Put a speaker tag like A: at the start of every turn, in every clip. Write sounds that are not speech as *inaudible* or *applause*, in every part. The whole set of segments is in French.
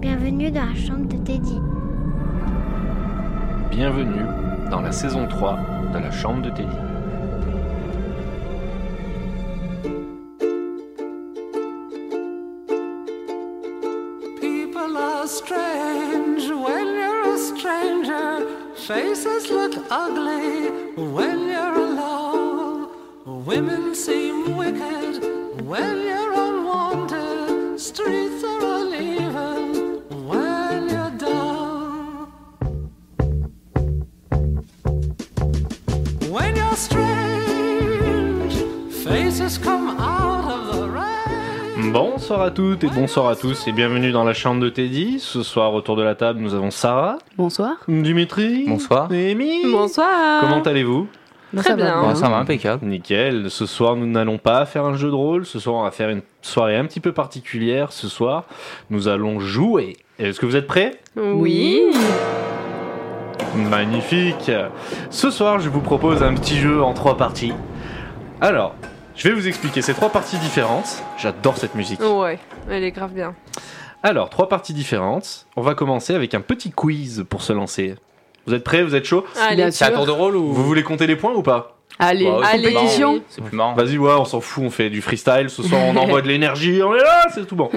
A: bienvenue dans la chambre de Teddy.
B: Bienvenue dans la saison 3 de la chambre de Teddy.
C: People are strange when you're a stranger. Faces look ugly when you're alone. Women seem wicked when you're unwanted. Streets are uneven when you're down. When you're strange, faces come out of the rain.
B: Bonsoir à toutes et bonsoir à tous et bienvenue dans la chambre de Teddy. Ce soir, autour de la table, nous avons Sarah,
D: Bonsoir.
B: Dimitri,
E: Bonsoir.
B: et Amy.
D: Bonsoir.
B: Comment allez-vous
D: Bah,
F: Très
D: ça va
F: bien.
E: Bon, ça va, impeccable.
B: Nickel. Ce soir, nous n'allons pas faire un jeu de rôle. Ce soir, on va faire une soirée un petit peu particulière. Ce soir, nous allons jouer. Est-ce que vous êtes prêts
F: Oui.
B: Magnifique Ce soir, je vous propose un petit jeu en trois parties. Alors, je vais vous expliquer ces trois parties différentes. J'adore cette musique.
F: Ouais, elle est grave bien.
B: Alors, trois parties différentes. On va commencer avec un petit quiz pour se lancer. Vous êtes prêts Vous êtes chaud
F: Allez,
D: Bien
E: C'est un
D: sûr.
E: tour de rôle ou
B: Vous voulez compter les points ou pas
D: Allez,
E: Bah,
F: allez.
D: compétition.
E: C'est plus marrant.
B: Vas-y, ouais, on s'en fout, on fait du freestyle. Ce
F: *laughs*
B: soir, on envoie de l'énergie, on est là, c'est tout bon.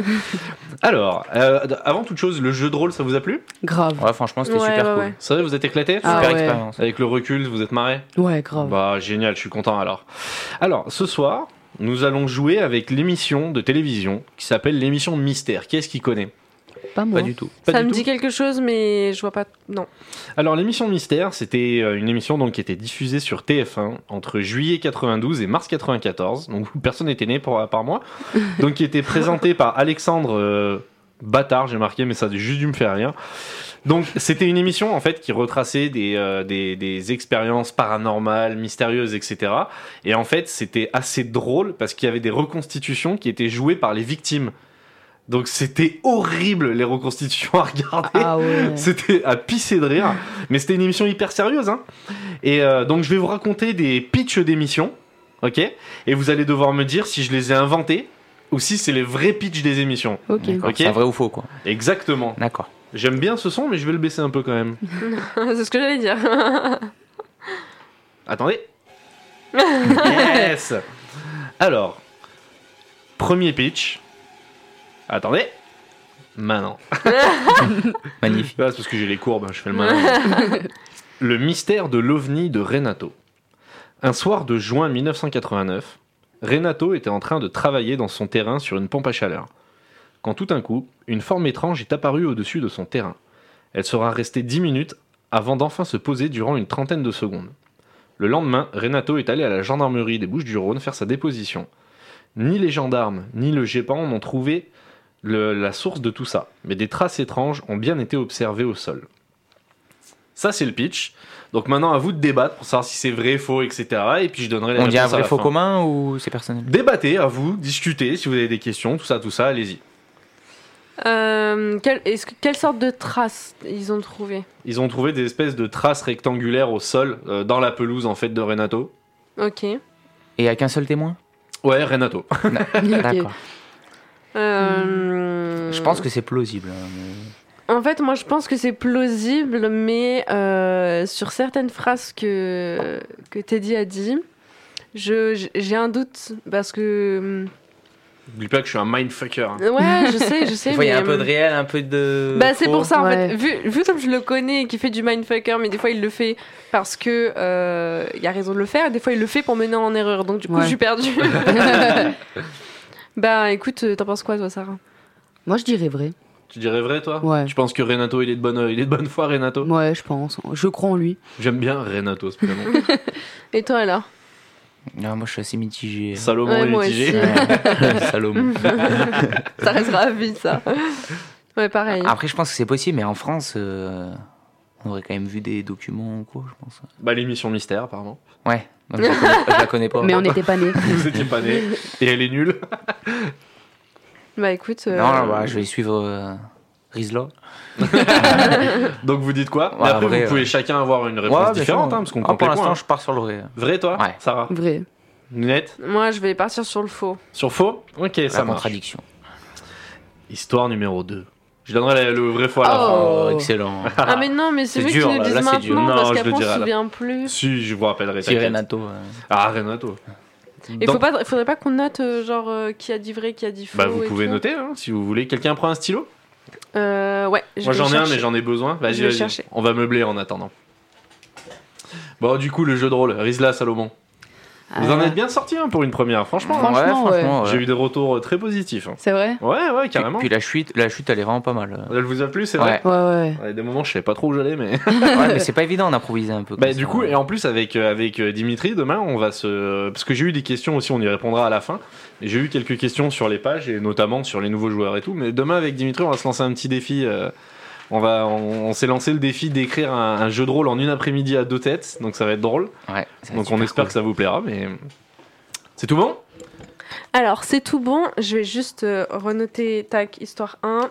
B: Alors, euh, d- avant toute chose, le jeu de rôle, ça vous a plu
D: Grave.
E: Ouais, franchement, c'était
F: Ouais,
E: super
F: ouais,
E: cool.
F: ouais.
B: Sérieux, vous êtes éclaté
D: Ah
E: Super
D: ouais.
E: expérience.
B: Avec le recul, vous êtes marré
D: Ouais,
F: Oh.
D: grave.
B: Bah génial, je suis content alors. Alors ce soir, nous allons jouer avec l'émission de télévision qui s'appelle l'émission Mystère. Qui est-ce qui connaît
D: pas moi.
E: Pas du tout.
B: Pas
F: ça
B: du
F: me
B: tout.
F: dit quelque chose, mais je vois pas. Non. *laughs*
B: Alors l'émission Mystère, c'était euh, une émission donc qui était diffusée sur TF1 entre juillet 92 et mars 94. Donc personne n'était né pour, à part moi. Donc qui était présentée par Alexandre euh, Bâtard, j'ai marqué, mais ça a juste dû me faire rire. Donc c'était une émission en fait qui retraçait des, euh, des, des expériences paranormales, mystérieuses, etc. Et en fait c'était assez drôle parce qu'il y avait des reconstitutions qui étaient jouées par les victimes. Donc c'était horrible les reconstitutions à regarder. *laughs*
D: Ah ouais.
B: C'était à pisser de rire, mais c'était une émission hyper sérieuse. hein. Et euh, donc je vais vous raconter des pitchs d'émissions, ok Et vous allez devoir me dire si je les ai inventés ou si c'est les vrais pitchs des émissions.
D: Ok.
E: D'accord,
B: Ok.
E: C'est un vrai ou faux, quoi.
B: Exactement.
E: D'accord.
B: J'aime bien ce son, mais je vais le baisser un peu quand même.
F: c'est ce que j'allais dire. *laughs*
B: Attendez. Yes Alors, premier pitch. Attendez. Maintenant.
E: Magnifique.
B: Là, Ah, c'est parce que j'ai les courbes, je fais le malin. le mystère de l'ovni de Renato. Un soir de juin 1989, Renato était en train de travailler dans son terrain sur une pompe à chaleur. Quand tout d'un coup, une forme étrange est apparue au-dessus de son terrain. Elle sera restée 10 minutes avant d'enfin se poser durant une trentaine de secondes. Le lendemain, Renato est allé à la gendarmerie des Bouches-du-Rhône faire sa déposition. Ni les gendarmes, ni le GEPAN n'ont trouvé le- la source de tout ça, mais des traces étranges ont bien été observées au sol. Ça, c'est le pitch. Donc maintenant, à vous de débattre pour savoir si c'est vrai, faux, etc. Et puis je donnerai la
E: On dit un
B: réponse à
E: vrai
B: la
E: faux
B: fin.
E: commun ou c'est personnel
B: Débattez à vous, discutez si vous avez des questions, tout ça, tout ça, allez-y.
F: Euh, quelle, est-ce que- quelle sorte de traces ils ont trouvé
B: Ils ont trouvé des espèces de traces rectangulaires au sol, euh, dans la pelouse en fait de Renato.
F: Ok.
E: Et avec un seul
F: *laughs*
E: témoin
B: Ouais, Renato.
E: D'accord.
F: Euh,
E: Je pense que c'est plausible. hein, mais-
F: En fait, moi, je pense que c'est plausible, mais euh, sur certaines phrases que, que Teddy a dit, je, j'ai un doute parce que. mm,
B: N'oublie pas que je suis un mindfucker. hein.
F: Ouais, je sais,
E: *laughs*
F: je sais.
E: Des fois, il y a
F: mais,
E: un peu de
F: euh,
E: réel, un peu de.
F: Bah c'est
E: faux.
F: pour ça en
D: Ouais.
F: fait, vu, vu comme je le connais et qu'il fait du mindfucker, mais des fois il le fait parce que euh, il y a raison de le faire, et des fois il le fait pour mener en erreur, donc du coup
D: Ouais.
F: je suis perdue.
D: *laughs*
F: bah écoute, euh, t'en penses quoi toi Sarah
D: Moi, je dirais vrai.
B: Tu dirais vrai, toi
D: Ouais.
B: Tu penses que Renato, il est de bonne, euh, il est de bonne foi, Renato
D: Ouais, je pense. Je crois en lui.
B: J'aime bien Renato, ce prénom.
F: *laughs* Et toi alors
E: Non, moi, je suis assez mitigé.
B: Salomon
F: Ouais,
B: est
F: moi
B: litigé. *laughs*
F: aussi.
E: Ouais. *laughs* Salomon.
F: Ça restera à vie ça. Ouais pareil.
B: Ah.
E: Après, je pense que c'est possible, mais en France, euh, on aurait quand même vu des documents ou quoi, je pense.
B: Bah, l'émission mystère, apparemment. *laughs*
E: Ouais. Donc, je, la connais, je la
F: *laughs*
E: connais pas.
D: Mais on n'était pas nés.
B: Vous étiez pas nés. Et elle est nulle.
F: Bah écoute. euh,
E: Non, non, bah, je vais suivre euh, Rizla.
B: Donc, vous dites quoi Mais
E: Ouais,
B: Après,
E: vrai, euh,
B: vous pouvez
E: ouais. chacun
B: chacun avoir une réponse différente, hein, parce qu'on compte
E: Pour
B: les points,
E: l'instant,
B: hein.
E: je pars sur le vrai.
B: Vrai, toi
E: Ouais.
B: Sarah
D: Vrai.
B: Net
F: Moi je vais partir sur le faux.
B: Sur faux Ok,
E: La
B: ça marche.
E: contradiction.
B: Histoire numéro 2. Je donnerai le, le vrai faux à la fin.
F: Oh.
E: excellent.
F: Ah, mais non, mais c'est
E: C'est
F: mieux qu'ils
E: dur,
F: nous
E: là,
F: disent
E: là, c'est dur.
F: maintenant,
B: Non,
F: parce
B: je le
F: qu'après, on
B: dirai à
F: se
B: la
F: souvient plus.
B: Si, je vous rappellerai.
E: Petit
B: t'inquiète.
E: Renato. euh,
B: Ah, Renato.
F: Il
B: Dans-
F: faut pas, faudrait pas qu'on note, euh, genre, euh, qui a dit vrai, qui a dit faux.
B: Bah, vous
F: et
B: pouvez
F: tout.
B: noter hein, si vous voulez. Quelqu'un prend un stylo
F: Euh, ouais, je
B: Moi
F: vais
B: j'en ai un,
F: chercher.
B: mais j'en ai besoin.
F: Je
B: Vas-y,
F: vais
B: vas-y.
F: chercher.
B: On va meubler en attendant. Bon, du coup, le jeu de rôle, Rizla Salomon. Vous en
F: Ah.
D: Euh,
B: êtes bien sorti hein, pour une première, franchement.
D: Franchement,
E: ouais, franchement, ouais.
B: J'ai eu des retours très positifs. hein.
D: C'est vrai
B: Ouais, ouais, carrément.
E: Puis la chute, la chute, elle est vraiment pas mal. euh.
B: Elle vous a plu, c'est vrai
E: Ouais.
D: Ouais, ouais.
B: Ouais, des moments, je savais pas trop où j'allais, mais.
E: *laughs* Ouais, mais c'est pas évident d'improviser un peu.
B: bah,
E: comme
B: du
E: ça.
B: coup, et en plus, avec, euh, avec euh, Dimitri, demain, on va se. Parce que j'ai eu des questions aussi, on y répondra à la fin. Et J'ai eu quelques questions sur les pages, et notamment sur les nouveaux joueurs et tout. Mais demain, avec Dimitri, on va se lancer un petit défi. euh, On, va, on, on s'est lancé le défi d'écrire un, un jeu de rôle en une après-midi à deux têtes, donc ça va être drôle.
E: Ouais, ça va
B: Donc
E: être
B: on
E: super
B: espère que ça vous plaira, mais. C'est tout bon
F: Alors, c'est tout bon. Je vais juste euh, renoter, tac, histoire 1.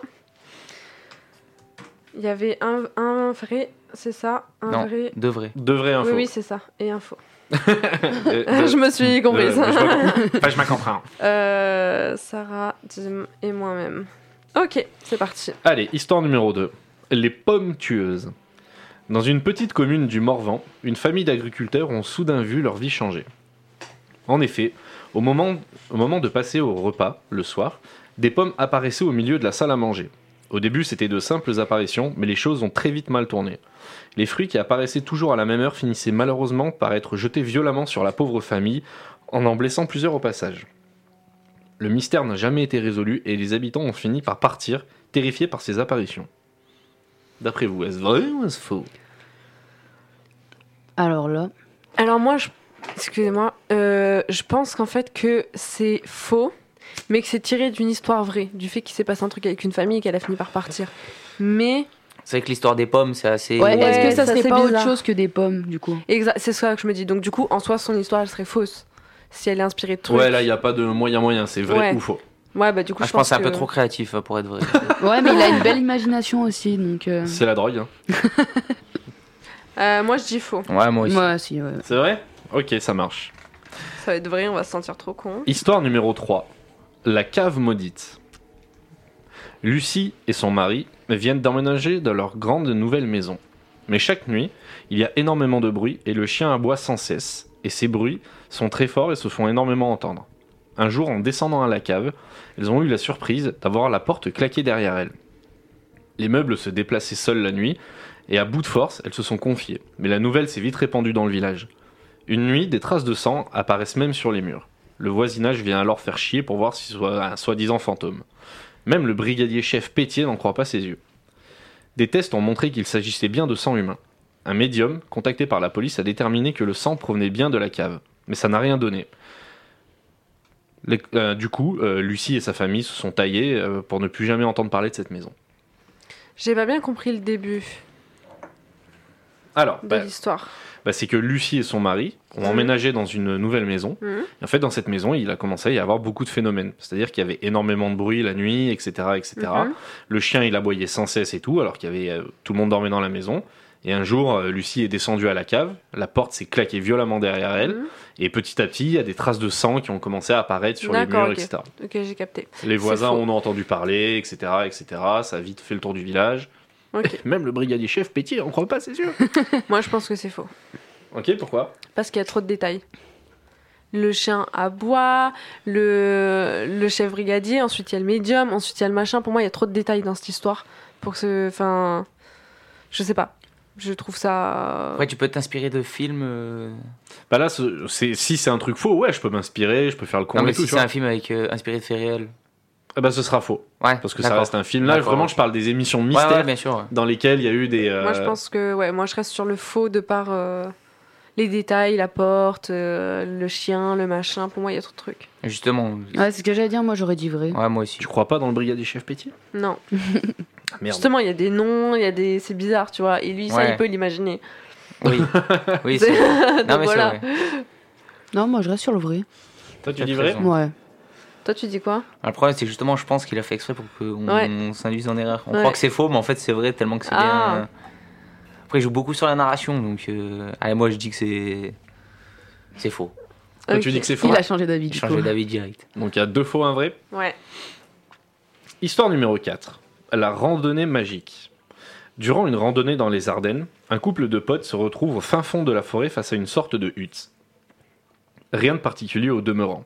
F: Il y avait un, un vrai, c'est ça Un
E: Non.
F: vrai.
E: cool. De vrai.
B: De vraies
F: Oui,
B: infos.
F: oui, c'est ça. Et un faux.
B: Euh, de-
F: *laughs* je me suis
B: de-
F: comprise.
B: je m'en- Enfin, je m'en comprends.
F: *laughs* Euh, Sarah, Dim et moi-même. Ok, c'est parti.
B: Allez, histoire numéro 2. Les pommes tueuses. Dans une petite commune du Morvan, une famille d'agriculteurs ont soudain vu leur vie changer. En effet, au moment, au moment de passer au repas, le soir, des pommes apparaissaient au milieu de la salle à manger. Au début, c'était de simples apparitions, mais les choses ont très vite mal tourné. Les fruits qui apparaissaient toujours à la même heure finissaient malheureusement par être jetés violemment sur la pauvre famille, en en blessant plusieurs au passage. Le mystère n'a jamais été résolu et les habitants ont fini par partir, terrifié par ces apparitions. D'après vous, est-ce vrai ou est-ce faux
D: Alors là,
F: Alors, moi, je... excusez-moi, euh, je pense qu'en fait que c'est faux, mais que c'est tiré d'une histoire vraie, du fait qu'il s'est passé un truc avec une famille et qu'elle a fini par partir. Mais
E: C'est vrai que l'histoire des pommes, c'est assez.
D: ouais,
F: ouais,
D: est-ce que ça,
F: ça,
D: serait
F: c'est
D: pas autre
F: bizarre.
D: chose que des pommes du coup
F: Exa- c'est ça que je me dis. Donc du coup, en soi, son histoire, elle serait fausse. Si elle est inspirée de trucs.
B: Ouais, là, il n'y a pas de moyen moyen, c'est vrai
F: Ouais.
B: ou faux.
F: Ouais, bah du coup,
E: Ah, je pense que c'est un
F: que-
E: peu trop créatif euh, pour être vrai.
D: Ouais, mais il a une belle imagination aussi, donc. euh,
B: C'est la drogue. hein.
F: Euh, moi, je dis faux.
E: *laughs* ouais, moi aussi.
D: Ouais, si, ouais.
B: C'est vrai Ok, ça marche.
F: Ça va être vrai, on va se sentir trop con.
B: Histoire numéro 3. La cave maudite. Lucie et son mari viennent d'emménager dans leur grande nouvelle maison. Mais chaque nuit, il y a énormément de bruit et le chien aboie sans cesse. Et ces bruits sont très forts et se font énormément entendre. Un jour, en descendant à la cave, elles ont eu la surprise d'avoir la porte claquée derrière elles. Les meubles se déplaçaient seuls la nuit et à bout de force, elles se sont confiées. Mais la nouvelle s'est vite répandue dans le village. Une nuit, des traces de sang apparaissent même sur les murs. Le voisinage vient alors faire chier pour voir si soit un soi-disant fantôme. Même le brigadier chef Pétier n'en croit pas ses yeux. Des tests ont montré qu'il s'agissait bien de sang humain. Un médium, contacté par la police, a déterminé que le sang provenait bien de la cave, mais ça n'a rien donné. Le- euh, du coup, euh, Lucie et sa famille se sont taillés euh, pour ne plus jamais entendre parler de cette maison.
F: J'ai pas bien compris le début
B: Alors,
F: de
B: bah,
F: l'histoire.
B: bah, c'est que Lucie et son mari ont
F: Mhm.
B: emménagé dans une nouvelle maison.
F: Mhm.
B: Et en fait, dans cette maison, il a commencé à y avoir beaucoup de phénomènes. C'est-à-dire qu'il y avait énormément de bruit la nuit, etc., etc.
F: Mhm.
B: Le chien, il aboyait sans cesse et tout, alors qu'il y avait euh, tout le monde dormait dans la maison. Et un jour, euh, Lucie est descendue à la cave, la porte s'est claquée violemment derrière elle,
F: Mhm.
B: et petit à petit, il y a des traces de sang qui ont commencé à apparaître sur les
F: D'accord,
B: murs,
F: ok.
B: etc.
F: Ok, j'ai capté.
B: Les voisins
F: faux.
B: en ont entendu parler, etc., etc. Ça a vite fait le tour du village.
F: Ok.
B: *laughs* Même le brigadier chef Pétier, on croit pas, c'est sûr.
F: moi, je pense que c'est faux.
B: ok, pourquoi
F: Parce qu'il y a trop de détails. Le chien aboie, le, le chef brigadier, ensuite il y a le médium, ensuite il y a le machin. Pour moi, il y a trop de détails dans cette histoire. Pour que ce. Enfin. Je sais pas. Je trouve ça. euh,
E: Après, tu peux t'inspirer de films. euh,
B: Bah là, ce- c'est- si c'est un truc faux, ouais, je peux m'inspirer, je peux faire le con
E: Non, mais
B: et tout,
E: si
B: tu
E: c'est
B: vois.
E: un film avec, euh, inspiré de faits réels.
B: Ah bah ce sera faux,
E: Ouais,
B: parce que ça
E: d'accord.
B: reste un film. Là,
E: D'accord.
B: vraiment, je parle des émissions
E: Ouais, ouais,
B: mystères
E: bien sûr. ouais.
B: dans lesquelles il y a eu des...
F: Moi, je
B: euh,
F: pense que ouais, moi je reste sur le faux de par euh, les détails, la porte, euh, le chien, le machin. Pour moi, il y a trop de trucs.
E: Justement.
D: Ouais, c'est ce que j'allais dire, moi j'aurais dit vrai.
E: Ouais, moi aussi.
B: Tu crois pas dans le brigadier chef Pétier
F: Non.
B: Ah, Merde.
F: Justement, il y a des noms, il y a des, c'est bizarre, tu vois. Et lui, ça,
E: Ouais.
F: il peut l'imaginer.
B: *laughs*
E: Oui.
D: *laughs*
E: oui, c'est.
F: C'est-
E: Non, mais
F: voilà.
E: c'est vrai.
D: Non, moi je reste sur le vrai.
B: Toi, tu
E: T'as
B: dis
E: très
B: vrai
E: raison.
D: Ouais.
F: Toi, tu dis quoi
E: Alors, le problème, c'est que justement, je pense qu'il a fait exprès pour qu'on
F: Ouais.
E: on s'induise en erreur. On
F: Ouais.
E: croit que c'est faux, mais en fait, c'est vrai tellement que c'est
F: Ah.
E: bien. euh. Après, il joue beaucoup sur la narration, donc. euh, Allez, moi, je dis que c'est. C'est faux.
B: Toi, tu
F: Ok.
B: dis que c'est faux. hein.
D: Il a changé d'avis
E: J'ai
D: du coup.
E: changé d'avis direct.
B: Donc il y a deux faux, un vrai.
F: Ouais.
B: Histoire numéro 4. la randonnée magique. Durant une randonnée dans les Ardennes, un couple de potes se retrouve au fin fond de la forêt face à une sorte de hutte. Rien de particulier au demeurant.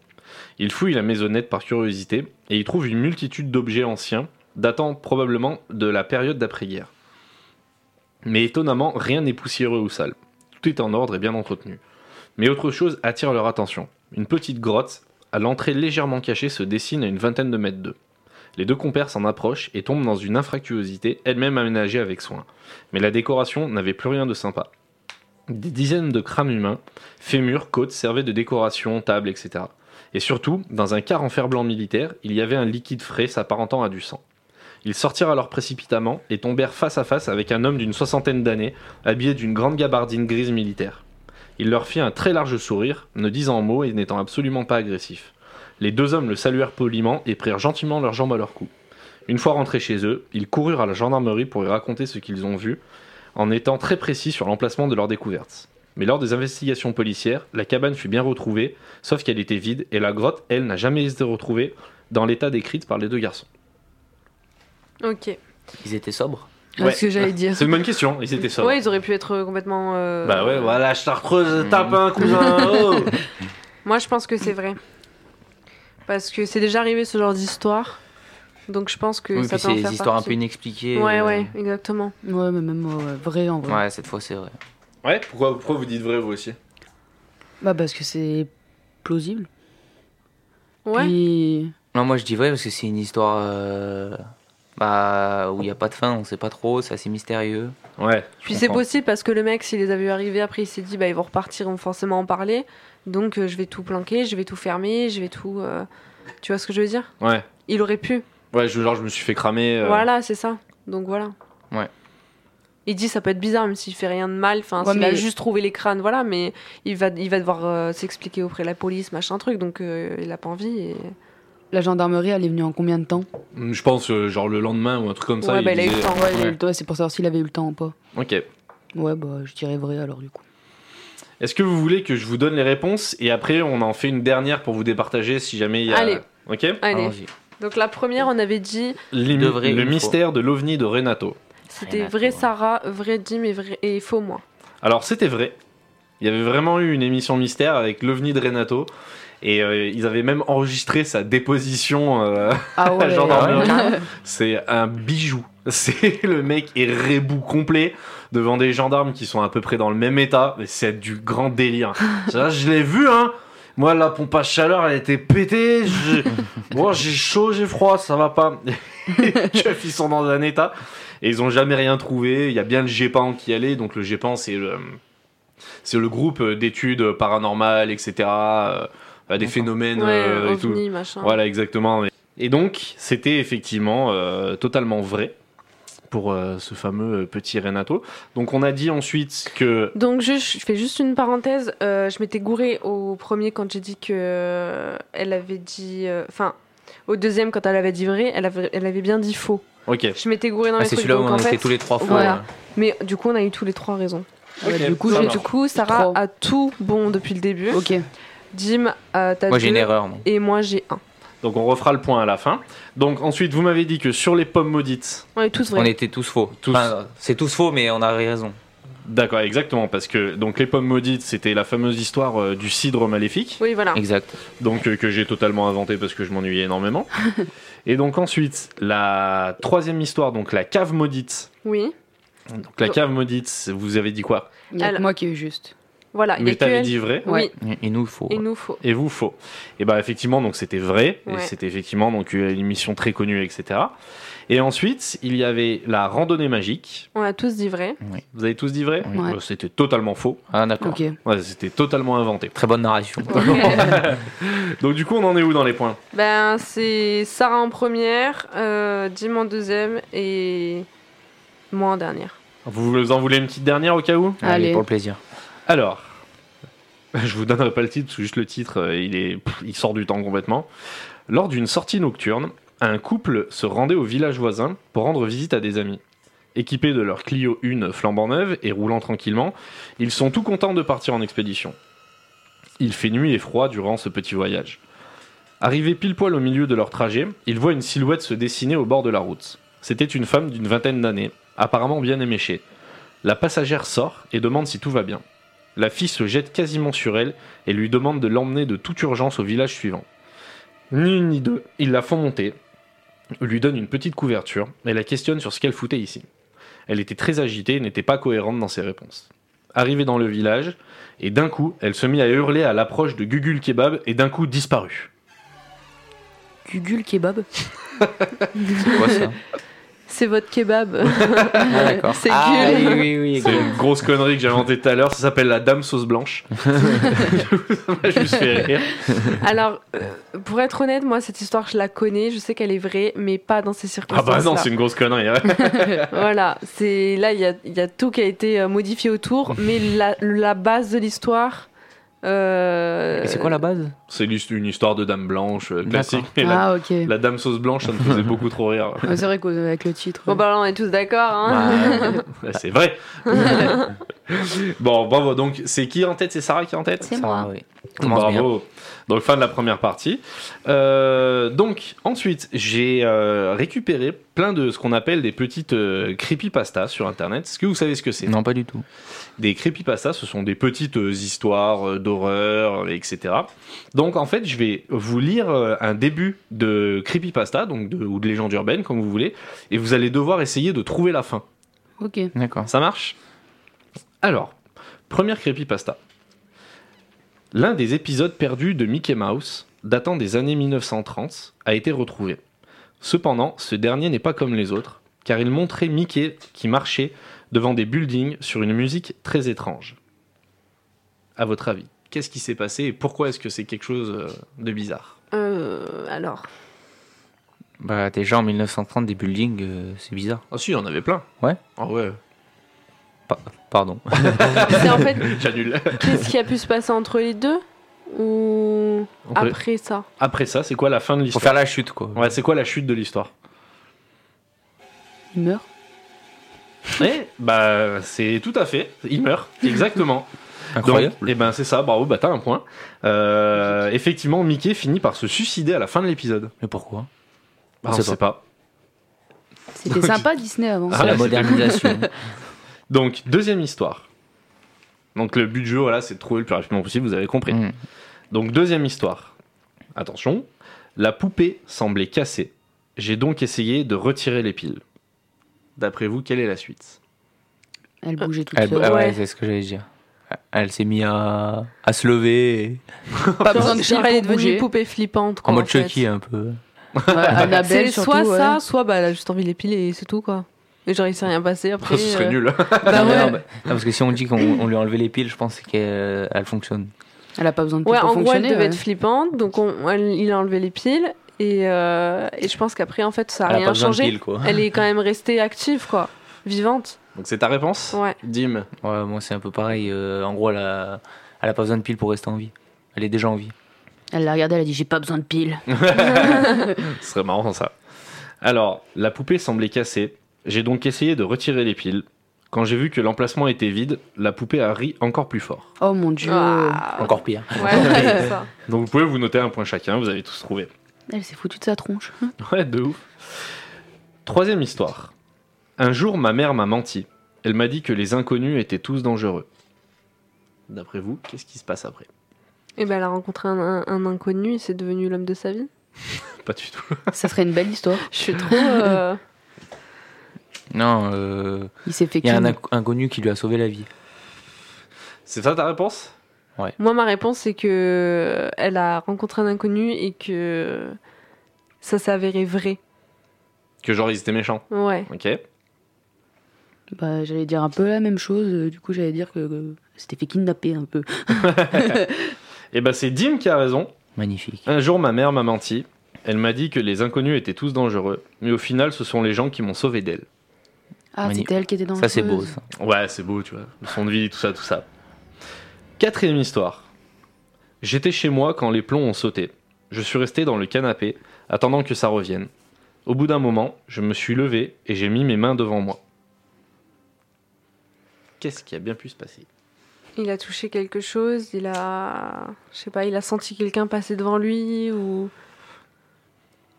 B: Ils fouillent la maisonnette par curiosité et y trouvent une multitude d'objets anciens, datant probablement de la période d'après-guerre. Mais étonnamment, rien n'est poussiéreux ou sale. Tout est en ordre et bien entretenu. Mais autre chose attire leur attention. Une petite grotte, à l'entrée légèrement cachée, se dessine à une vingtaine de mètres d'eux. Les deux compères s'en approchent et tombent dans une infractuosité, elle-même aménagée avec soin. Mais la décoration n'avait plus rien de sympa. Des dizaines de crânes humains, fémurs, côtes servaient de décoration, tables, etc. Et surtout, dans un quart en fer-blanc militaire, il y avait un liquide frais s'apparentant à du sang. Ils sortirent alors précipitamment et tombèrent face à face avec un homme d'une soixantaine d'années, habillé d'une grande gabardine grise militaire. Il leur fit un très large sourire, ne disant mot et n'étant absolument pas agressif. Les deux hommes le saluèrent poliment et prirent gentiment leurs jambes à leur cou. Une fois rentrés chez eux, ils coururent à la gendarmerie pour y raconter ce qu'ils ont vu, en étant très précis sur l'emplacement de leur découverte. Mais lors des investigations policières, la cabane fut bien retrouvée, sauf qu'elle était vide et la grotte, elle, n'a jamais été retrouvée dans l'état décrite par les deux garçons.
F: Ok.
E: Ils étaient sobres.
D: C'est ce que j'allais dire.
E: *laughs*
B: C'est une bonne question, hein, ils étaient sobres.
F: Ouais, ils auraient pu être complètement. euh,
B: Bah ouais, voilà, chartreuse, tape un cousin.
F: *laughs*
B: oh.
F: Moi, je pense que c'est vrai. Parce que c'est déjà arrivé ce genre d'histoire. Donc je pense que
E: Oui,
F: ça
E: puis
F: peut
E: c'est
F: en
E: des
F: faire
E: histoires un peu
F: partie.
E: inexpliquées.
F: Ouais,
E: euh,
F: ouais, exactement.
D: Ouais, mais même euh, ouais, vrai en vrai.
E: Ouais, cette fois c'est vrai.
B: Ouais, pourquoi, pourquoi vous dites vrai vous aussi
D: Bah parce que c'est plausible.
F: Ouais.
D: Puis-
E: Non, moi je dis vrai parce que c'est une histoire euh, bah, où il n'y a pas de fin, on sait pas trop, c'est assez mystérieux.
B: Ouais.
F: Puis c'est possible parce que le mec, s'il les a vus arriver, après il s'est dit, bah ils vont repartir, ils vont forcément en parler. Donc euh, je vais tout planquer, je vais tout fermer, je vais tout. euh, Tu vois ce que je veux dire
B: Ouais.
F: Il aurait pu.
B: Ouais, je, genre je me suis fait cramer. euh,
F: Voilà, c'est ça. Donc voilà.
E: Ouais.
F: Il dit ça peut être bizarre même s'il fait rien de mal, enfin
D: Ouais,
F: s'il a
D: mais-
F: juste trouvé les crânes, voilà, mais il va, il va devoir euh, s'expliquer auprès de la police, machin truc, donc euh, il a pas envie. Et...
D: La gendarmerie, elle est venue en combien de temps
B: Je pense euh, genre le lendemain ou un truc comme ça.
F: ouais, bah, il a eu
B: disait- euh,
F: le temps.
D: Ouais, il- ouais, c'est pour savoir s'il avait eu le temps ou pas.
B: Ok.
D: Ouais, bah je dirais vrai alors du coup.
B: Est-ce que vous voulez que je vous donne les réponses et après on en fait une dernière pour vous départager si jamais il y a.
F: Allez.
B: Ok.
F: Allez.
E: Allons-y.
F: Donc la première, on avait dit,
B: Les-
E: De vrai,
B: le
E: une
B: mystère de l'ovni de Renato.
F: c'était
E: Renato,
F: vrai
E: ouais.
F: Sarah, vrai Dim et, vrai... et faux moi.
B: Alors c'était vrai. Il y avait vraiment eu une émission mystère avec l'ovni de Renato. Et euh, ils avaient même enregistré sa déposition. euh,
D: Ah ouais.
B: gendarmerie.
D: ouais.
B: C'est un bijou. *laughs* C'est le mec est rebou complet devant des gendarmes qui sont à peu près dans le même état. Mais C'est du grand délire. Ça, je l'ai vu, hein. Moi, la pompe à chaleur, elle était pétée. Je- Moi, j'ai chaud, j'ai froid, ça va pas. *laughs* Les keufs, ils sont dans un état. Et ils ont jamais rien trouvé. Il y a bien le GEPAN qui allait. Donc, le GEPAN, c'est le, c'est le groupe d'études paranormales, etc. euh, Des phénomènes
F: ouais,
B: euh, et tout.
F: ovni, machin.
B: Voilà, exactement. Et donc, c'était effectivement euh, totalement vrai pour euh, ce fameux euh, petit Renato. Donc, on a dit ensuite que.
F: Donc je, je fais juste une parenthèse, euh, je m'étais gourée au premier quand j'ai dit que euh, elle avait dit, euh, enfin au deuxième quand elle avait dit vrai, elle avait, elle avait bien dit faux.
B: Ok.
F: Je m'étais gourée dans
E: Ah,
F: les
E: c'est
F: trucs.
E: celui-là où
F: donc,
E: on
F: en
E: était
F: fait,
E: tous les trois euh. fois.
F: Voilà. Mais du coup, on a eu tous les trois raisons.
D: Ah ouais,
B: Ok,
D: du coup,
B: ça
D: j'ai
F: Donc,
B: marche.
F: du coup, Sarah
D: Trois.
F: a tout bon depuis le début.
D: Ok.
F: Dim, euh, t'as
E: Moi j'ai
F: deux,
E: une erreur. moi.
F: Et moi, j'ai un.
B: Donc, on refera le point à la fin. Donc, ensuite, vous m'avez dit que sur les pommes maudites.
F: On est tous
E: On
F: vrais.
E: était tous faux.
B: Tous.
E: Enfin, c'est tous faux, mais on avait raison.
B: D'accord, exactement. Parce que donc les pommes maudites, c'était la fameuse histoire euh, du cidre maléfique.
F: Oui, voilà.
E: Exact.
B: Donc, euh, que j'ai totalement inventé parce que je m'ennuyais énormément. Et donc, ensuite, la troisième histoire, donc la cave maudite.
F: Oui.
B: Donc, la cave maudite, vous avez dit quoi
D: Il y a que
F: Alors-
D: moi qui ai eu juste.
F: Voilà. il y a
B: Mais
F: Ah, que
B: t'avais
F: elle.
B: dit vrai
F: Oui.
D: Ouais.
E: Et et nous faux.
F: Et nous, faux.
B: et vous faux. Et bah effectivement donc c'était vrai et
F: Ouais.
B: c'était effectivement donc une émission très connue etc. Et ensuite il y avait la randonnée magique.
F: On a tous dit vrai.
E: *laughs*
B: Vous avez tous dit vrai
E: Oui.
D: Ouais.
B: Euh, C'était totalement faux.
E: Ah d'accord.
D: Ok.
B: Ouais, c'était totalement inventé.
E: Très bonne narration.
B: Donc du coup on en est où dans les points
F: Ben, c'est Sarah en première, euh, Dim en deuxième et moi en dernière.
B: Vous vous en voulez une petite dernière au cas où
D: Allez.
E: pour le plaisir.
B: Alors. *laughs* Je vous donnerai pas le titre, parce que juste le titre, euh, il, est, pff, il sort du temps complètement. Lors d'une sortie nocturne, un couple se rendait au village voisin pour rendre visite à des amis. Équipés de leur Clio 1 flambant neuve et roulant tranquillement, ils sont tout contents de partir en expédition. Il fait nuit et froid durant ce petit voyage. Arrivés pile poil au milieu de leur trajet, ils voient une silhouette se dessiner au bord de la route. C'était une femme d'une vingtaine d'années, apparemment bien éméchée. La passagère sort et demande si tout va bien. La fille se jette quasiment sur elle et lui demande de l'emmener de toute urgence au village suivant. Ni une ni deux, ils la font monter, lui donnent une petite couverture et la questionnent sur ce qu'elle foutait ici. Elle était très agitée et n'était pas cohérente dans ses réponses. Arrivée dans le village, et d'un coup, elle se mit à hurler à l'approche de Gugul Kebab et d'un coup disparut.
D: Gugul kebab.
E: C'est
F: *laughs*
E: quoi ça
F: C'est votre kebab. *laughs*
E: Ah, d'accord.
F: C'est
E: ah,
F: Gul.
E: oui, oui, oui.
B: C'est *laughs* une grosse connerie que j'ai inventée tout à l'heure, ça s'appelle la dame sauce *laughs* blanche. je me suis fait rire.
F: Alors, euh, pour être honnête, moi, cette histoire, je la connais. Je sais qu'elle est vraie, mais pas dans ces
B: Ah
F: circonstances.
B: bah non, c'est une grosse connerie. ouais.
F: Voilà, c'est là il y a, il y a tout qui a été euh,
B: *laughs*
F: modifié autour, mais la, la base de l'histoire. euh,
E: Et c'est quoi la base
B: C'est l'hist- une histoire de dame blanche euh, classique, mais la,
D: Ah, ok. *laughs*
B: la dame sauce blanche, ça me faisait beaucoup trop rire.
D: Ah, C'est vrai qu'avec le titre.
F: Bon bah là, on est tous d'accord. *laughs* Hein
E: Bah,
B: Ouais, C'est vrai. bon, bravo. Donc, c'est qui en tête C'est Sarah qui est en tête
E: ça va, oui. Commence bien.
B: Bravo. Donc fin de la première partie. Euh, donc ensuite, j'ai euh, récupéré plein de ce qu'on appelle des petites euh, creepypastas sur Internet. Est-ce que vous savez ce que c'est
E: Non, pas du tout.
B: Des creepypastas, ce sont des petites euh, histoires euh, d'horreur, euh, etc. Donc en fait, je vais vous lire euh, un début de creepypasta, donc de, ou de légende urbaine, comme vous voulez, et vous allez devoir essayer de trouver la fin.
D: Ok.
E: D'accord.
B: Ça marche Alors, première creepypasta. L'un des épisodes perdus de Mickey Mouse, datant des années 1930, a été retrouvé. Cependant, ce dernier n'est pas comme les autres, car il montrait Mickey qui marchait devant des buildings sur une musique très étrange. À votre avis, qu'est-ce qui s'est passé et pourquoi est-ce que c'est quelque chose euh, de bizarre
F: Euh, alors,
E: Bah, déjà en 1930, des buildings, euh, c'est bizarre.
B: Ah si, il y en avait plein.
E: Ouais.
B: Ah ouais. *laughs*
E: Pa- pardon.
F: c'est en fait
B: J'annule.
F: qu'est-ce qui a pu se passer entre les deux ou
B: Après-
F: après ça
B: Après ça, c'est quoi la fin de
E: Faut
B: l'histoire
E: faire la chute, quoi.
B: Ouais, c'est quoi la chute de l'histoire
D: Il meurt.
B: Eh, bah, c'est tout à fait. Il meurt, exactement.
E: *laughs* Incroyable.
B: et ben, c'est ça, bravo, bah t'as un point. Euh, effectivement, Mickey finit par se suicider à la fin de l'épisode.
E: Mais pourquoi
B: Bah,
E: On
B: on
E: sait
B: sait pas.
D: C'était sympa Disney avant.
B: Ah,
E: C'est la
B: ouais, c'était- *laughs*
E: modernisation.
B: Donc, deuxième histoire. Donc, le but du jeu, voilà, c'est de trouver le plus rapidement possible, vous avez compris.
E: Mm.
B: Donc, deuxième histoire. Attention, la poupée semblait cassée. J'ai donc essayé de retirer les piles. D'après vous, quelle est la suite
D: Elle bougeait toute
E: Elle,
D: seule.
E: ah ouais,
F: Ouais.
E: c'est ce que j'allais dire. Elle s'est mise à, à se lever, et-
D: Pas besoin de
F: Genre,
D: chier
F: elle
D: pour
F: est devenue
D: bouger.
F: une poupée flippante. Quoi,
E: en mode
F: fait.
E: Chucky un peu.
D: Ouais, Annabelle
F: C'est
D: surtout.
F: soit
D: ouais.
F: ça, soit bah, elle a juste envie de l'épiler et c'est tout quoi. Et genre, il s'est rien passé après.
B: *laughs*
E: *laughs*
B: Ce serait
F: euh,
B: nul.
F: bah
E: Non, mais
F: ouais.
E: non, bah- non, parce que si on dit qu'on on lui a enlevé les piles, je pense qu'elle elle fonctionne.
D: Elle a pas besoin de tout
F: Ouais,
D: pour
F: en gros, elle
D: fonctionner.
F: devait
D: ouais.
F: être flippante, donc on- elle- il a enlevé les piles. Et, euh, et je pense qu'après, en fait, ça a
E: elle a
F: rien
E: pas besoin
F: changé.
E: de piles, quoi.
F: Elle est quand même restée active, quoi. Vivante.
B: Donc, c'est ta réponse
F: Ouais.
B: Dim.
E: Ouais, moi c'est un peu pareil. euh, en gros, elle a, elle a pas besoin de piles pour rester en vie. Elle est déjà en vie.
D: Elle l'a regardé, elle a dit j'ai pas besoin de piles.
B: Ce serait marrant ça. Alors, la poupée semblait cassée. J'ai donc essayé de retirer les piles. Quand j'ai vu que l'emplacement était vide, la poupée a ri encore plus fort.
D: Oh mon dieu.
F: Ah,
E: Encore pire.
F: Ouais,
E: *laughs*
F: c'est ça.
B: Donc vous pouvez vous noter un point chacun, vous avez tous trouvé.
D: Elle s'est foutue de sa tronche.
B: *laughs* Ouais, de ouf. Troisième histoire. Un jour, ma mère m'a menti. Elle m'a dit que les inconnus étaient tous dangereux. D'après vous, qu'est-ce qui se passe après
F: Et ben, elle a rencontré un, un- un inconnu et c'est devenu l'homme de sa vie.
B: Pas du tout.
D: Ça serait une belle histoire.
F: Je suis trop. euh,
E: Non, euh,
D: Il s'est fait
E: il y a un
D: kin.
E: inc- inconnu qui lui a sauvé la vie.
B: C'est ça ta réponse
F: Moi, ma réponse, c'est que euh, elle a rencontré un inconnu et que ça s'est avéré vrai.
B: Que genre ils étaient méchants.
F: Ouais.
B: Ok. Eh
D: Bah, j'allais dire un peu la même chose. euh, Du coup, j'allais dire que euh, c'était fait kidnapper un peu.
B: Et bah c'est Dim qui a raison.
E: Magnifique.
B: Un jour, ma mère m'a menti. Elle m'a dit que les inconnus étaient tous dangereux, mais au final, ce sont les gens qui m'ont sauvé d'elle.
D: Ah,
E: Magnifique.
D: c'était elle qui était dans
E: Ça c'est beau ça.
B: Ouais, c'est beau, tu vois. Le son de vie, tout ça, tout ça. Quatrième histoire. J'étais chez moi quand les plombs ont sauté. Je suis resté dans le canapé, attendant que ça revienne. Au bout d'un moment, je me suis levé et j'ai mis mes mains devant moi. Qu'est-ce qui a bien pu se passer
F: Il a touché quelque chose, il a. Je sais pas, il a senti quelqu'un passer devant lui ou.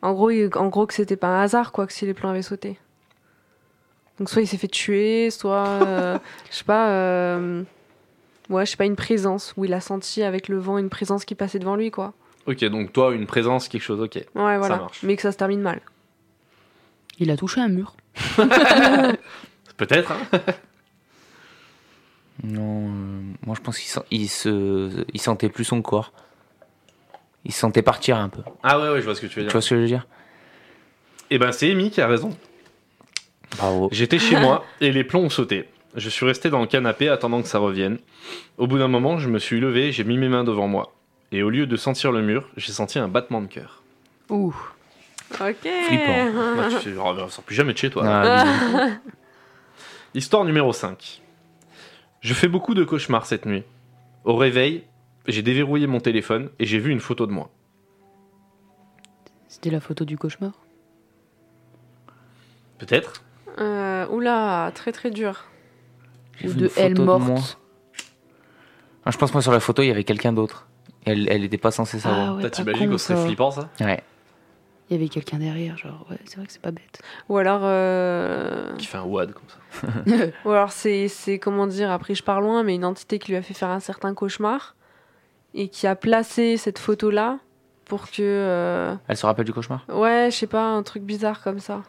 F: En gros, il- en gros que c'était pas un hasard, quoi, que si les plans avaient sauté. Donc soit il s'est fait tuer, soit *laughs* euh, je sais pas, euh, ouais, je sais pas une présence où il a senti avec le vent une présence qui passait devant lui quoi.
B: Ok, donc toi, une présence, quelque chose, ok.
F: Ouais voilà.
B: marche.
F: Mais que ça se termine mal.
D: Il a touché un mur.
B: Peut-être, hein
E: Non, euh, moi je pense qu'il sent- il se, il sentait plus son corps. Il se sentait partir un peu.
B: Ah ouais, ouais, je vois ce que tu veux
E: Tu
B: dire.
E: vois ce que je veux dire
B: Eh ben, c'est Amy qui a raison.
E: Bravo.
B: J'étais chez moi et les plombs ont sauté. Je suis resté dans le canapé attendant que ça revienne. Au bout d'un moment, je me suis levé, j'ai mis mes mains devant moi. Et au lieu de sentir le mur, j'ai senti un battement de cœur.
D: Ouh.
F: Ok.
E: Flippant.
B: Bah, tu fais, oh, bah, on sort plus jamais de chez toi.
E: Ah, bisous.
B: Histoire numéro 5. Je fais beaucoup de cauchemars cette nuit. Au réveil, j'ai déverrouillé mon téléphone et j'ai vu une photo de moi.
D: C'était la photo du cauchemar.
B: Peut-être
F: Euh, oula, très très dur.
E: J'ai
D: Ou
E: vu
D: de
E: une
D: elle
E: photo de moi.
D: morte.
E: Ah, je pense moi sur la photo il y avait quelqu'un d'autre. Elle, elle était pas censée savoir.
D: ah ouais,
B: T'as
D: pas
B: T'imagines
D: con,
B: qu'on serait
D: ça.
B: flippant ça
E: Ouais.
D: Il y avait quelqu'un derrière, genre, ouais, c'est vrai que c'est pas
E: *laughs*
D: bête. *laughs*
F: Ou alors, euh,
B: Qui fait un WAD comme ça.
F: ou alors c'est, c'est, comment dire, après je pars loin, mais une entité qui lui a fait faire un certain cauchemar et qui a placé cette photo là pour que, euh,
E: Elle se rappelle du cauchemar.
F: ouais, je sais pas, un truc bizarre comme ça.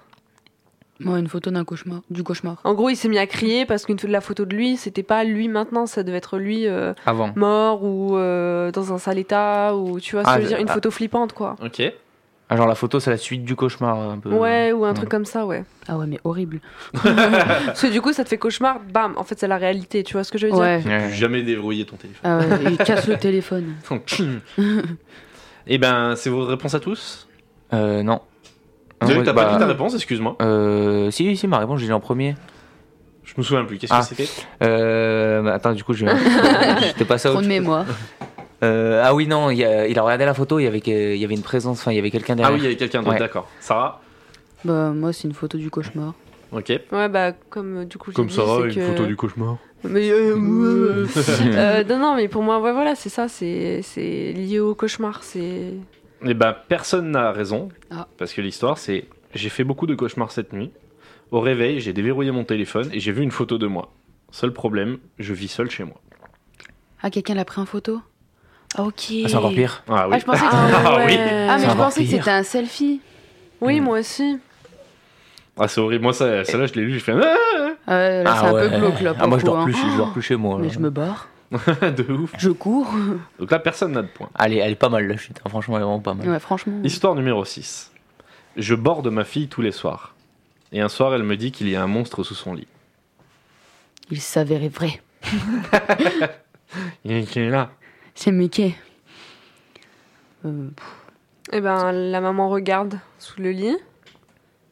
D: Ouais, une photo d'un cauchemar, du cauchemar.
F: En gros, il s'est mis à crier parce qu'une la photo de lui, c'était pas lui maintenant, ça devait être lui euh,
E: Avant.
F: mort ou euh, dans un sale état ou tu vois, ce
E: Ah,
F: que je veux dire, une
E: ah.
F: photo flippante quoi.
B: Ok.
E: Ah, genre la photo c'est la suite du cauchemar un peu.
F: Ouais, ou un
E: Euh, ouais.
F: truc comme ça, ouais.
D: Ah ouais, mais horrible.
F: Parce que du coup, ça te fait cauchemar, bam, en fait, c'est la réalité, tu vois ce que je veux dire
D: Ouais.
E: Ouais.
B: Jamais déverrouiller ton
E: *laughs*
B: téléphone.
D: Ah ouais, il casse le téléphone.
B: Eh ben, c'est vos réponses à tous
E: Euh, non.
B: Désolé,
E: Ouais,
B: t'as
E: bah,
B: pas dit ta réponse, excuse-moi.
E: euh, si, si, ma réponse, je l'ai en premier.
B: Je me souviens plus, qu'est-ce
E: Ah.
B: que c'était
E: Euh, bah, attends, du coup, je
D: *laughs*
E: j'étais pas ça.
D: Trop de mémoire.
E: Euh, ah oui, non, il y a, il a regardé la photo, il y avait, que- il y avait une présence, enfin, il y avait quelqu'un
B: Ah
E: derrière.
B: oui, il y avait quelqu'un d'autre,
E: Ouais.
B: d'accord. Sarah
D: Bah, moi, c'est une photo du cauchemar.
B: Ok.
F: Ouais, bah, comme euh, du coup, je dit, c'est que...
B: cauchemar. *laughs*
F: Mais, euh, euh,
E: *laughs* oui.
F: euh, non, non, mais pour moi, ouais, voilà, c'est ça, c'est c'est lié au cauchemar, c'est...
B: Eh ben, personne n'a raison.
D: Ah.
B: Parce que l'histoire, c'est j'ai fait beaucoup de cauchemars cette nuit. Au réveil, j'ai déverrouillé mon téléphone et j'ai vu une photo de moi. Seul problème, je vis seul chez moi.
D: *laughs* Ah, quelqu'un l'a pris en photo Ah, ok.
E: c'est encore pire.
B: Ah oui.
D: Ah, je pensais
B: *laughs*
D: que-
B: Ah oui.
D: Ah, mais
E: C'est
D: je
E: encore
D: pensais que
E: pire.
D: c'était un selfie.
F: Oui, moi aussi.
B: Ah, c'est horrible. Moi, ça- celle-là, je l'ai lu, je fais ah,
D: Ah ouais, là, c'est
E: ah
D: un
E: ouais.
D: peu glauque, là, pour
E: Ah, moi,
D: le
E: je
D: coup,
E: dors,
D: hein.
E: plus, je dors plus chez moi.
D: Mais
E: là.
D: je me barre,
B: Ah, de ouf.
D: je cours.
B: Donc là, personne n'a de point.
E: Elle, est, elle est pas mal, la chute. hein, Franchement, elle est vraiment pas mal.
D: Ouais,
F: Mm.
D: franchement.
B: Histoire numéro 6. Je borde ma fille tous les soirs. Et un soir, elle me dit qu'il y a un monstre sous son lit.
D: Il s'avérait vrai.
B: Il est là.
D: C'est Mickey. Euh, pff,
F: Et ben, la maman regarde sous le lit,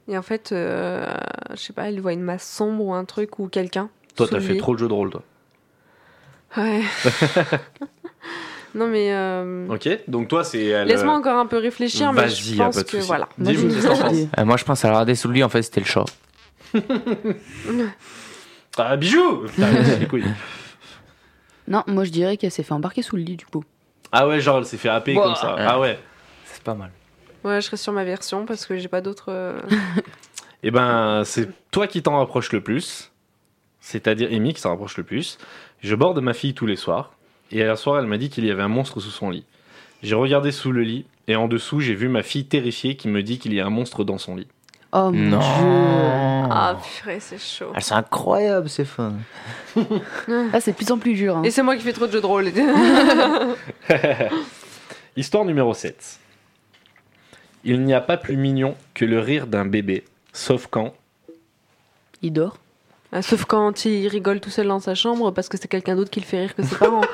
F: et en fait, euh, je sais pas, elle voit une masse sombre ou un truc, ou quelqu'un.
B: Toi,
F: sous
B: t'as
F: le
B: fait
F: lit.
B: trop le jeu de rôle, toi. *laughs*
F: Ouais. non, mais... euh,
B: Ok, donc toi, c'est. elle, euh,
F: Laisse-moi encore un peu réfléchir, mais je
B: Vas-y, y a
F: pense
B: pas de
F: que,
B: souci.
F: voilà.
D: moi,
B: Dis-moi
D: j'ai
B: qu'est-ce que t'en
D: une
B: penses.
D: idée.
E: Euh, moi, je pense à regarder sous le lit, en fait, c'était le chat.
B: Ah, bijou Putain, c'est les couilles.
D: Non, moi, je dirais qu'elle s'est fait embarquer sous le lit, du coup.
B: Ah ouais, genre, elle s'est fait happer
D: Ouah.
B: comme ça. Ah ouais.
E: C'est pas mal.
F: Ouais, je serai sur ma version, parce que j'ai pas d'autres... euh,
B: Eh ben, c'est toi qui t'en rapproches le plus, c'est-à-dire Amy qui s'en rapproche le plus. Je borde ma fille tous les soirs, et hier soir, elle m'a dit qu'il y avait un monstre sous son lit. J'ai regardé sous le lit, et en dessous, j'ai vu ma fille terrifiée qui me dit qu'il y a un monstre dans son lit.
D: Oh mon
E: Non.
D: dieu.
B: Oh.
F: Ah, purée, c'est chaud.
E: Ah, c'est incroyable, c'est fun.
D: Là, c'est de plus en plus dur. hein.
F: Et c'est moi qui fais trop de jeux de rôle.
B: Histoire numéro 7. Il n'y a pas plus mignon que le rire d'un bébé, sauf quand...
D: Il dort.
F: *laughs* Ah, Sauf quand il rigole tout seul dans sa chambre parce que c'est quelqu'un d'autre qui le fait rire que ses *laughs* parents.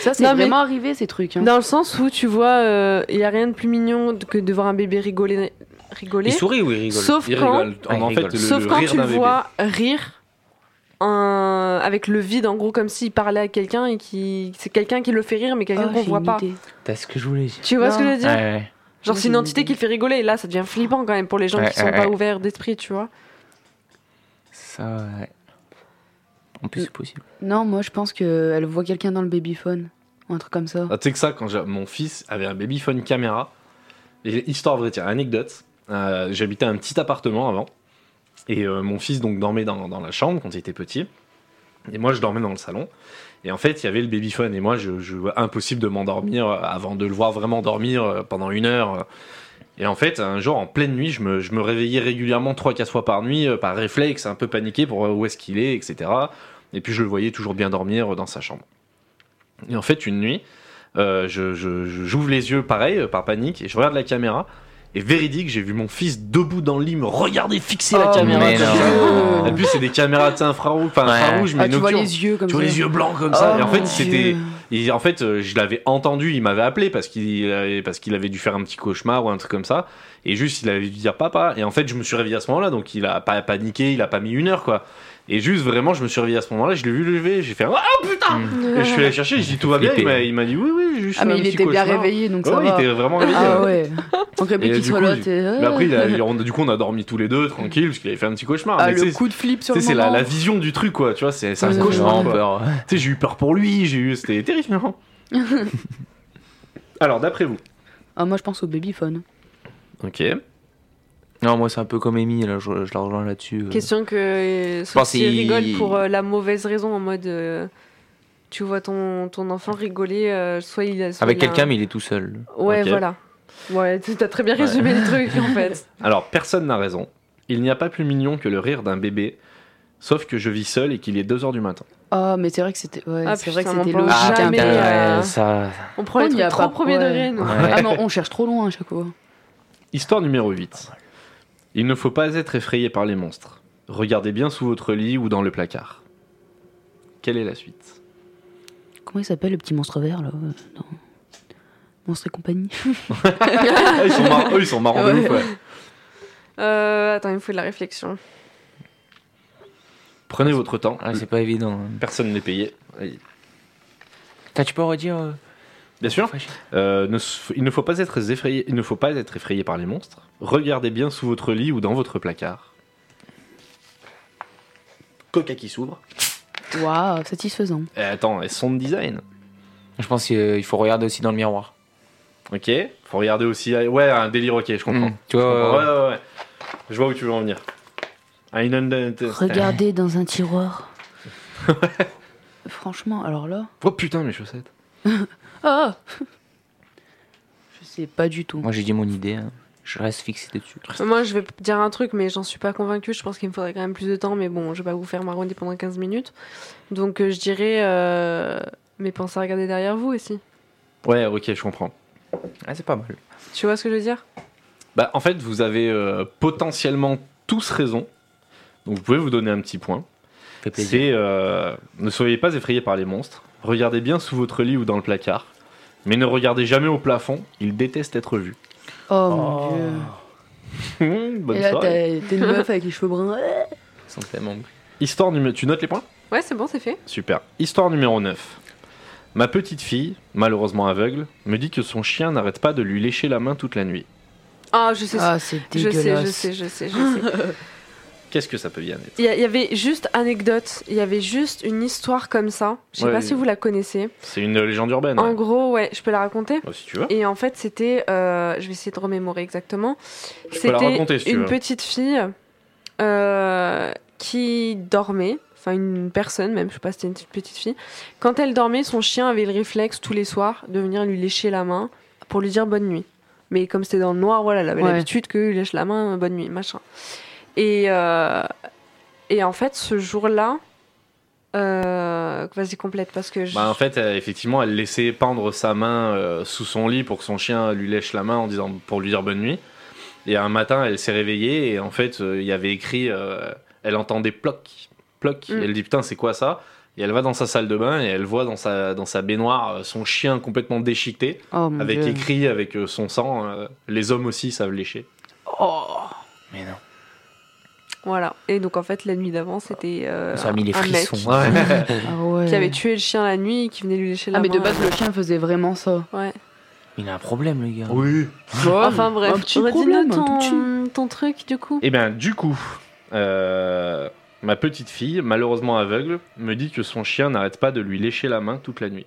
D: Ça, c'est
F: Non, mais-
D: vraiment arrivé, ces trucs. hein.
F: Dans le sens où tu vois, euh, il y a rien de plus mignon que de voir un bébé rigoler. rigoler.
E: Il sourit ou il rigole
F: sauf
B: Il
F: quand,
B: rigole. En,
E: Ah, il
B: en fait,
E: rigole.
B: le,
F: sauf
B: le
F: quand
B: rire
F: tu
B: d'un
F: le
B: bébé.
F: vois rire un- avec le vide, en gros, comme s'il parlait à quelqu'un et qui c'est quelqu'un qui le fait rire, mais quelqu'un
D: Oh,
F: qu'on
D: j'ai
F: voit
D: une
F: pas.
D: idée.
E: T'as ce que je voulais dire.
F: Tu vois ce que je veux dire
E: Ouais,
F: Genre,
E: ouais.
D: Moi,
F: c'est
D: j'ai
F: une
D: une
F: entité
D: idée.
F: qui le fait rigoler et là, ça devient flippant quand même pour les gens
E: Ouais,
F: qui sont
E: ouais,
F: pas
E: ouais.
F: ouverts d'esprit, tu vois.
E: Ça, ouais. En plus, c'est possible.
D: Non, moi, je pense qu'elle voit quelqu'un dans le babyphone. Ou un truc comme ça.
B: Ah, tu sais que ça, quand j'ai- mon fils avait un babyphone caméra, et histoire vraie, tiens, anecdote, euh, j'habitais un petit appartement avant, Et euh, mon fils donc dormait dans, dans la chambre quand il était petit. Et moi, je dormais dans le salon. Et en fait, il y avait le babyphone. Et moi, je, je- impossible de m'endormir avant de le voir vraiment dormir euh, pendant une heure. Et en fait, un jour, en pleine nuit, je me, je me réveillais régulièrement 3-4 fois par nuit, euh, par réflexe, un peu paniqué pour euh, où est-ce qu'il est, etc. Et puis, je le voyais toujours bien dormir euh, dans sa chambre. Et en fait, une nuit, euh, je- je- je- j'ouvre les yeux pareil, euh, par panique, et je regarde la caméra. Et véridique, j'ai vu mon fils debout dans le lit me regarder fixer la
D: Oh,
B: caméra.
E: mais
B: comme ça.
E: non.
B: En plus, c'est des caméras tu sais, infrarouges, enfin,
E: Ouais.
B: infrarouges, mais
D: Ah, tu vois
B: nocturnes.
D: les yeux comme
B: Tu vois
D: ça.
B: les yeux blancs comme ça.
D: Oh
B: et en
D: mon
B: fait, c'était.
D: Dieu.
B: et En fait, euh, je l'avais entendu, il m'avait appelé parce qu'il avait, parce qu'il avait dû faire un petit cauchemar ou un truc comme ça. Et juste, il avait dû dire papa. Et en fait, je me suis réveillé à ce moment-là, donc il a pas paniqué, il a pas mis une heure quoi. Et juste, vraiment, je me suis réveillé à ce moment-là, je l'ai vu lever, j'ai fait Ah putain
F: Mm.
B: Et je suis allé chercher, j'ai dit tout va bien. Il m'a, il m'a dit oui, oui, juste.
D: Ah,
B: un
D: mais il
B: petit
D: était bien
B: cauchemar.
D: réveillé, donc
B: Ouais,
D: ça
B: ouais,
D: va.
B: il était vraiment réveillé.
D: Ah
B: ouais.
D: ouais. Donc le
B: Et
D: mec qui
B: du
D: se
B: coup,
D: relote. et-
B: Mais après, il a- il- on- du coup, on a dormi tous les deux tranquille parce qu'il avait fait un petit cauchemar.
D: Ah,
B: mais tu
D: le
B: sais,
D: coup de flip sur
B: tu
D: le
B: sais, c'est la,
D: moment.
B: la vision du truc, quoi. Tu vois, c'est,
F: Euh,
B: c'est un
D: Ouais,
E: J'ai
B: cauchemar.
E: vraiment
B: quoi.
E: peur.
B: Tu sais, j'ai eu peur pour lui, j'ai eu, c'était *laughs* terrifiant. Alors, d'après vous.
D: Ah, moi, je pense au babyphone.
B: Ok.
E: Non, moi, c'est un peu comme Amy, là, je, je la rejoins là-dessus. euh.
F: Question que euh,
E: pense
F: si
E: qu'il-
F: rigole pour euh, la mauvaise raison en mode euh, tu vois ton, ton enfant rigoler euh, soit il a soit
E: Avec
F: il a
E: quelqu'un,
F: un-
E: mais il est tout seul.
F: Ouais,
B: Ok.
F: voilà. Ouais, t- t'as très bien résumé le truc en
E: *laughs*
F: fait.
B: Alors, personne n'a raison. Il n'y a pas plus mignon que le rire d'un bébé, sauf que je vis seul et qu'il est 2h du matin.
D: Ah, mais c'est vrai que c'était ouais,
F: Ah,
D: c'est vrai que
F: putain,
D: c'était
F: on pense
D: logique. hein.
F: jamais,
D: un peu.
E: Ah, putain,
F: euh,
E: ouais, ça.
F: On prend les
D: On y
F: trucs
D: a
F: trop
D: pas-
F: premier
D: ouais.
F: degré nous.
E: Ouais.
D: Ah non, on cherche trop loin à chaque fois.
B: Histoire numéro 8. Il ne faut pas être effrayé par les monstres. Regardez bien sous votre lit ou dans le placard. Quelle est la suite
D: Comment il s'appelle le petit monstre vert là euh, non. Monstre et compagnie.
B: Ah, ils sont mar- Eux, ils sont marrants
E: *laughs*
B: de
D: Ouais.
B: ouf, ouais.
F: Euh, attends, il me faut de la réflexion.
B: Prenez votre temps.
E: Ah, c'est pas évident. hein.
B: Personne n'est payé. Allez.
E: Putain, tu peux redire. euh,
B: Bien sûr.
E: Fréchette
B: Euh, ne s- il ne faut pas être effrayé. Il ne faut pas être effrayé par les monstres. Regardez bien sous votre lit ou dans votre placard. Coca qui s'ouvre.
D: *laughs* Waouh, satisfaisant.
B: Eh, attends, et son design.
E: Je pense qu'il euh, faut regarder aussi dans le miroir.
B: Ok. Faut regarder aussi. ah, Ouais, un délire. Ok, je comprends.
E: Mm, Tu
B: Je comprends.
E: vois.
B: Ouais, ouais, ouais. Je vois où tu veux en venir. Ah, Island.
D: Regardez dans un tiroir. Franchement, alors là.
B: Oh putain, mes chaussettes.
D: Ah Je sais pas du tout.
E: Moi, j'ai dit mon idée. hein. Je reste fixé dessus.
F: Moi, je vais dire un truc, mais j'en suis pas convaincue. Je pense qu'il me faudrait quand même plus de temps, mais bon, je vais pas vous faire marronner pendant 15 minutes. Donc, euh, je dirais. euh, Mais pensez à regarder derrière vous aussi.
B: Ouais, ok, je comprends.
E: Ah, c'est pas mal.
F: Tu vois ce que je veux dire
B: Bah, en fait, vous avez euh, potentiellement tous raison. Donc, vous pouvez vous donner un petit point.
E: Fait plaisir.
B: C'est euh, ne soyez pas effrayés par les monstres. Regardez bien sous votre lit ou dans le placard. Mais ne regardez jamais au plafond, ils détestent être vus. *laughs*
D: Oh, mon dieu.
B: Hum, Bonne
D: Et là,
B: soirée.
D: t'as- t'es une meuf avec les cheveux
F: *laughs*
D: bruns.
E: Ils sont tellement bons.
B: Histoire numéro... Tu notes les points
F: Ouais, c'est bon, c'est fait.
B: Super. Histoire numéro 9. Ma petite fille, malheureusement aveugle, me dit que son chien n'arrête pas de lui lécher la main toute la nuit.
F: Ah, je sais,
D: Ah, c'est
F: je sais,
D: dégueulasse.
F: je sais, je sais, je sais.
B: Qu'est-ce que ça peut bien être
F: Il y, a- il y avait juste anecdote, il y avait juste une histoire comme ça. Je sais
B: Ouais,
F: pas
B: oui.
F: si vous la connaissez.
B: C'est une légende urbaine.
F: En
B: ouais.
F: gros, ouais, je peux la raconter.
B: Bah, si tu veux.
F: Et en fait, c'était, euh, je vais essayer de remémorer exactement.
B: Je peux la raconter, si tu
F: une
B: veux.
F: petite fille euh, qui dormait, enfin une personne même, je sais pas, si c'était une petite fille. Quand elle dormait, son chien avait le réflexe tous les soirs de venir lui lécher la main pour lui dire bonne nuit. Mais comme c'était dans le noir, voilà, elle avait
D: Ouais.
F: l'habitude que lui lèche la main, euh, bonne nuit, machin. Et, euh, et en fait, ce jour-là, euh, vas-y complète parce que je...
B: Bah, en fait, euh, effectivement, elle laissait pendre sa main euh, sous son lit pour que son chien lui lèche la main en disant pour lui dire bonne nuit. Et un matin, elle s'est réveillée et en fait, euh, il y avait écrit, euh, elle entendait ploc, ploc.
F: Mm.
B: Elle dit putain, c'est quoi ça Et elle va dans sa salle de bain et elle voit dans sa dans sa baignoire euh, son chien complètement déchiqueté,
D: Oh mon
B: avec
D: dieu.
B: écrit avec euh, son sang. euh, les hommes aussi savent lécher.
D: Oh.
E: Mais non.
F: voilà. Et donc en fait, la nuit d'avant, c'était euh,
E: Ça a mis les
F: un mec
E: frissons.
B: *laughs*
D: Ah ouais.
F: qui avait tué le chien la nuit et qui venait lui lécher la
D: Ah, mais
F: main.
D: de base, le chien faisait vraiment ça. Ah,
F: Ouais.
E: Il a un problème, le gars.
B: oui.
F: Enfin bref,
D: un petit
F: redis-nous
D: problème, un tout
F: ton, ton truc du coup.
B: Et Eh bien, du coup, euh, ma petite fille, malheureusement aveugle, me dit que son chien n'arrête pas de lui lécher la main toute la nuit.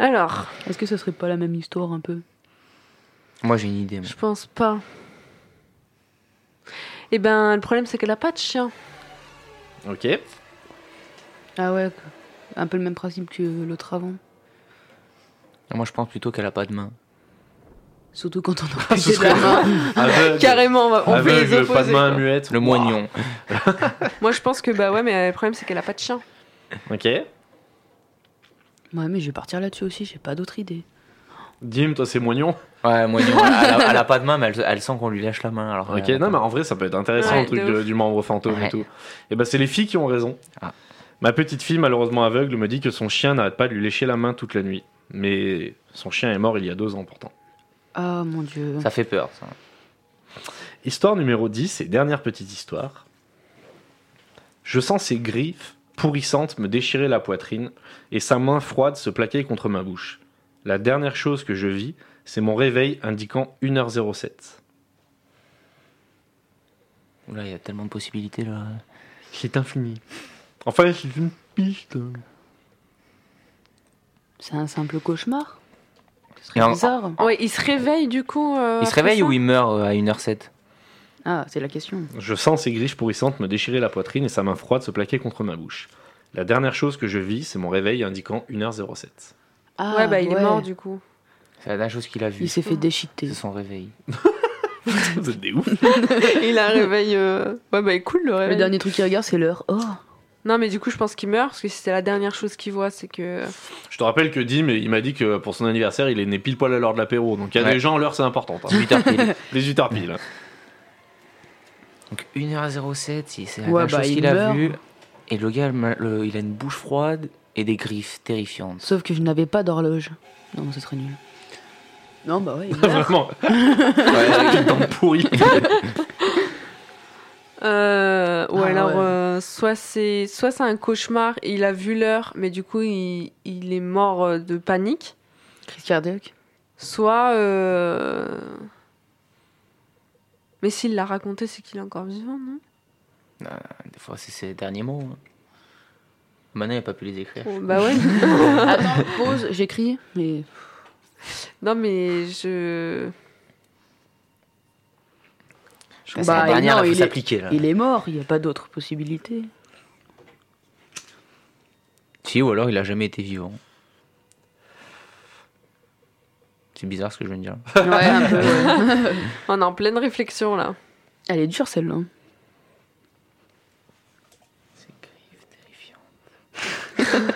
F: Alors,
D: Est-ce que ça serait pas la même histoire un peu
E: Moi, j'ai une idée. moi.
F: je pense pas. Et ben, le problème, c'est qu'elle a pas de chien.
B: Ok.
D: Ah ouais, quoi. un peu le même principe que l'autre avant.
E: Moi, je pense plutôt qu'elle a pas de main.
D: Surtout quand on a *laughs*
B: Ah, ce
D: amputé de la
B: serait-
D: main.
B: *laughs* Aveugle,
F: *laughs* Carrément, on va- on fait les
B: aveugle, pas de
F: opposés.
B: main muette.
E: Le moignon.
F: Moi, je pense que bah ouais, mais euh, le problème, c'est qu'elle a pas de chien.
B: Ok.
D: Ouais, mais je vais partir là-dessus aussi, j'ai pas d'autre idée.
B: Dim, toi, c'est moignon.
E: Ouais, moignon. Elle a, elle a pas de main, mais elle, elle sent qu'on lui lâche la main. Alors,
B: Ok,
E: euh,
B: non, mais en vrai, ça peut être intéressant
F: Ouais,
B: le truc
F: de
B: de- du membre fantôme et
E: Ouais.
B: tout. Et ben, c'est les filles qui ont raison.
E: Ah.
B: Ma petite fille, malheureusement aveugle, me dit que son chien n'arrête pas de lui lécher la main toute la nuit. Mais son chien est mort il y a deux ans pourtant.
D: Ah mon dieu.
E: Ça fait peur, ça.
B: Histoire numéro 10 et dernière petite histoire. Je sens ses griffes pourrissantes me déchirer la poitrine et sa main froide se plaquer contre ma bouche. La dernière chose que je vis, c'est mon réveil indiquant 1h07.
E: Là, il y a tellement de possibilités, là.
F: Euh,
B: C'est infini. Enfin, c'est une piste.
D: C'est un simple cauchemar. Ce
E: Et
D: serait
E: en-
D: bizarre.
F: Ouais, il se réveille du coup. euh,
E: Il se
F: après
E: réveille
F: ça
E: ou il meurt euh, à 1h07
D: Ah, c'est la question.
B: Je sens ses griffes pourrissantes me déchirer la poitrine et sa main froide se plaquer contre ma bouche. La dernière chose que je vis, c'est mon réveil indiquant 1h07.
D: Ah,
F: Ouais, bah il est mort
D: ouais.
F: du coup. *laughs*
E: C'est la dernière chose qu'il a vue.
D: Il s'est fait déchiqueter.
E: C'est son réveil.
B: *laughs* Vous êtes des ouf.
F: il a un réveil. euh, Ouais, bah il est cool le réveil.
D: Le dernier truc qu'il regarde, c'est l'heure. Oh
F: Non, mais du coup, je pense qu'il meurt parce que si c'est la dernière chose qu'il voit, c'est que.
B: Je te rappelle que Dim, il m'a dit que pour son anniversaire, il est né pile poil à l'heure de l'apéro. Donc il y a
E: Ouais.
B: des gens, l'heure c'est important. hein.
E: 8h pile.
B: Les 8 heures pile. hein.
E: Donc 1h07, si c'est la
D: Ouais,
E: dernière
D: bah,
E: chose
D: il
E: qu'il a
D: meurt.
E: vue. Et le gars, le- le- il a une bouche froide et des griffes terrifiantes.
D: Sauf que je n'avais pas d'horloge. Non, ce serait nul. Non, bah ouais, il *laughs* meurt.
B: *laughs* Vraiment.
E: Ouais,
B: Quel *laughs* temps pourri.
F: Euh, ou
D: Ah,
F: alors,
D: ouais.
F: euh, soit c'est soit c'est un cauchemar, et il a vu l'heure, mais du coup, il, il est mort euh, de panique.
D: Crise cardiaque.
F: Soit. euh, Mais s'il l'a raconté, c'est qu'il est encore vivant, non
E: Des fois, c'est ses derniers mots. hein. Maintenant, il n'a pas pu les écrire.
F: Oh, *laughs* Bah ouais.
D: Attends, *laughs* pause, j'écris, mais
F: non, mais je.
E: Je pense que
D: Bah,
E: la dernière,
D: non,
E: il
D: il
E: a faut
D: est-
E: s'appliquer. là.
D: il est mort, il n'y a pas d'autre possibilité.
E: Si, ou alors il a jamais été vivant. C'est bizarre ce que je viens de dire.
D: Ouais, un peu, ouais.
F: On est en pleine réflexion là.
D: Elle est dure celle-là. hein.
E: C'est grave terrifiant.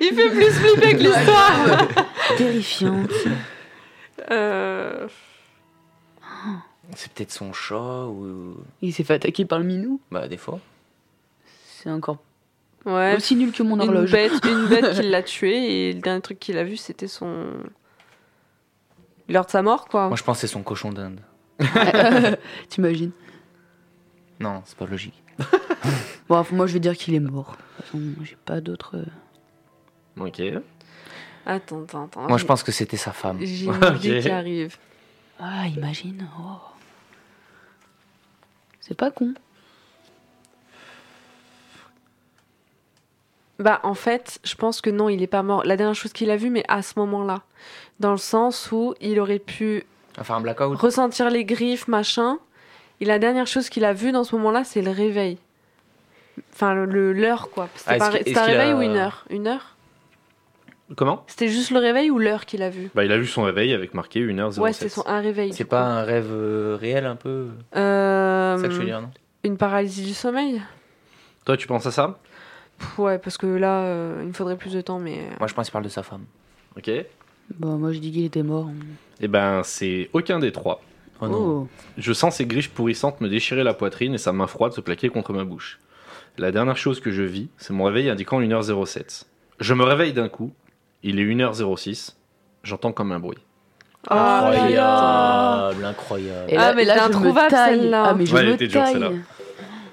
F: Il fait plus flipper que l'histoire
D: Terrifiante.
F: Euh,
E: C'est peut-être son chat ou.
D: Il s'est fait attaquer par le minou.
E: Bah, des fois.
D: C'est encore
F: Ouais.
D: aussi nul que mon
F: Une
D: horloge.
F: bête, une *laughs* bête qui l'a tué et le dernier truc qu'il a vu c'était son. L'heure de sa mort quoi.
E: Moi, je pense que c'est son cochon d'Inde.
D: T'imagines
E: Non, c'est pas logique.
D: Bon, enfin, moi je vais dire qu'il est mort. De toute façon, J'ai pas d'autre. euh,
B: Ok.
F: Attends, attends, attends.
E: Moi, je pense que c'était sa femme. *laughs*
F: J'ai une idée
B: Ok.
F: qui arrive.
D: Ah, imagine. oh. C'est pas con.
F: Bah en fait, je pense que non, il est pas mort. La dernière chose qu'il a vue, mais à ce moment-là. Dans le sens où il aurait pu
E: Enfin, un blackout.
F: ressentir les griffes, machin. Et la dernière chose qu'il a vue dans ce moment-là, c'est le réveil. Enfin, le- le- l'heure quoi. C'était
E: Ah, est-ce
F: pas-
E: qu'il-
F: c'était
E: est-ce
F: un
E: qu'il a-
F: réveil ou une heure Une heure
B: Comment
F: C'était juste le réveil ou l'heure qu'il a vue
B: Bah, il a vu son réveil avec marqué 1h07.
F: Ouais, c'est son un réveil.
E: C'est
F: du
E: pas
F: coup.
E: un rêve euh, réel un peu
F: Euh,
E: C'est ça que je veux dire, non
F: Une paralysie du sommeil
B: Toi, tu penses à ça
F: Pff, Ouais, parce que là, euh, il me faudrait plus de temps, mais. euh,
E: Moi, je pense qu'il parle de sa femme.
F: oh.
B: Ok. Et
D: Bon, moi je dis qu'il était mort.
B: ben, c'est aucun des trois.
E: Oh non.
B: Je sens ses griffes pourrissantes me déchirer la poitrine et sa main froide se plaquer contre ma bouche. La dernière chose que je vis, c'est mon réveil indiquant 1h07. Je me réveille d'un coup, il est 1h06, j'entends comme un bruit.
F: Ah,
D: Oh
E: Oh,
D: là là.
E: incroyable, incroyable.
D: Et
F: Ah, mais elle est
D: je me
F: introuvable,
D: taille.
F: celle-là.
D: Ah, mais je
B: Ouais, elle
D: me
B: était dure,
D: taille.
B: celle-là.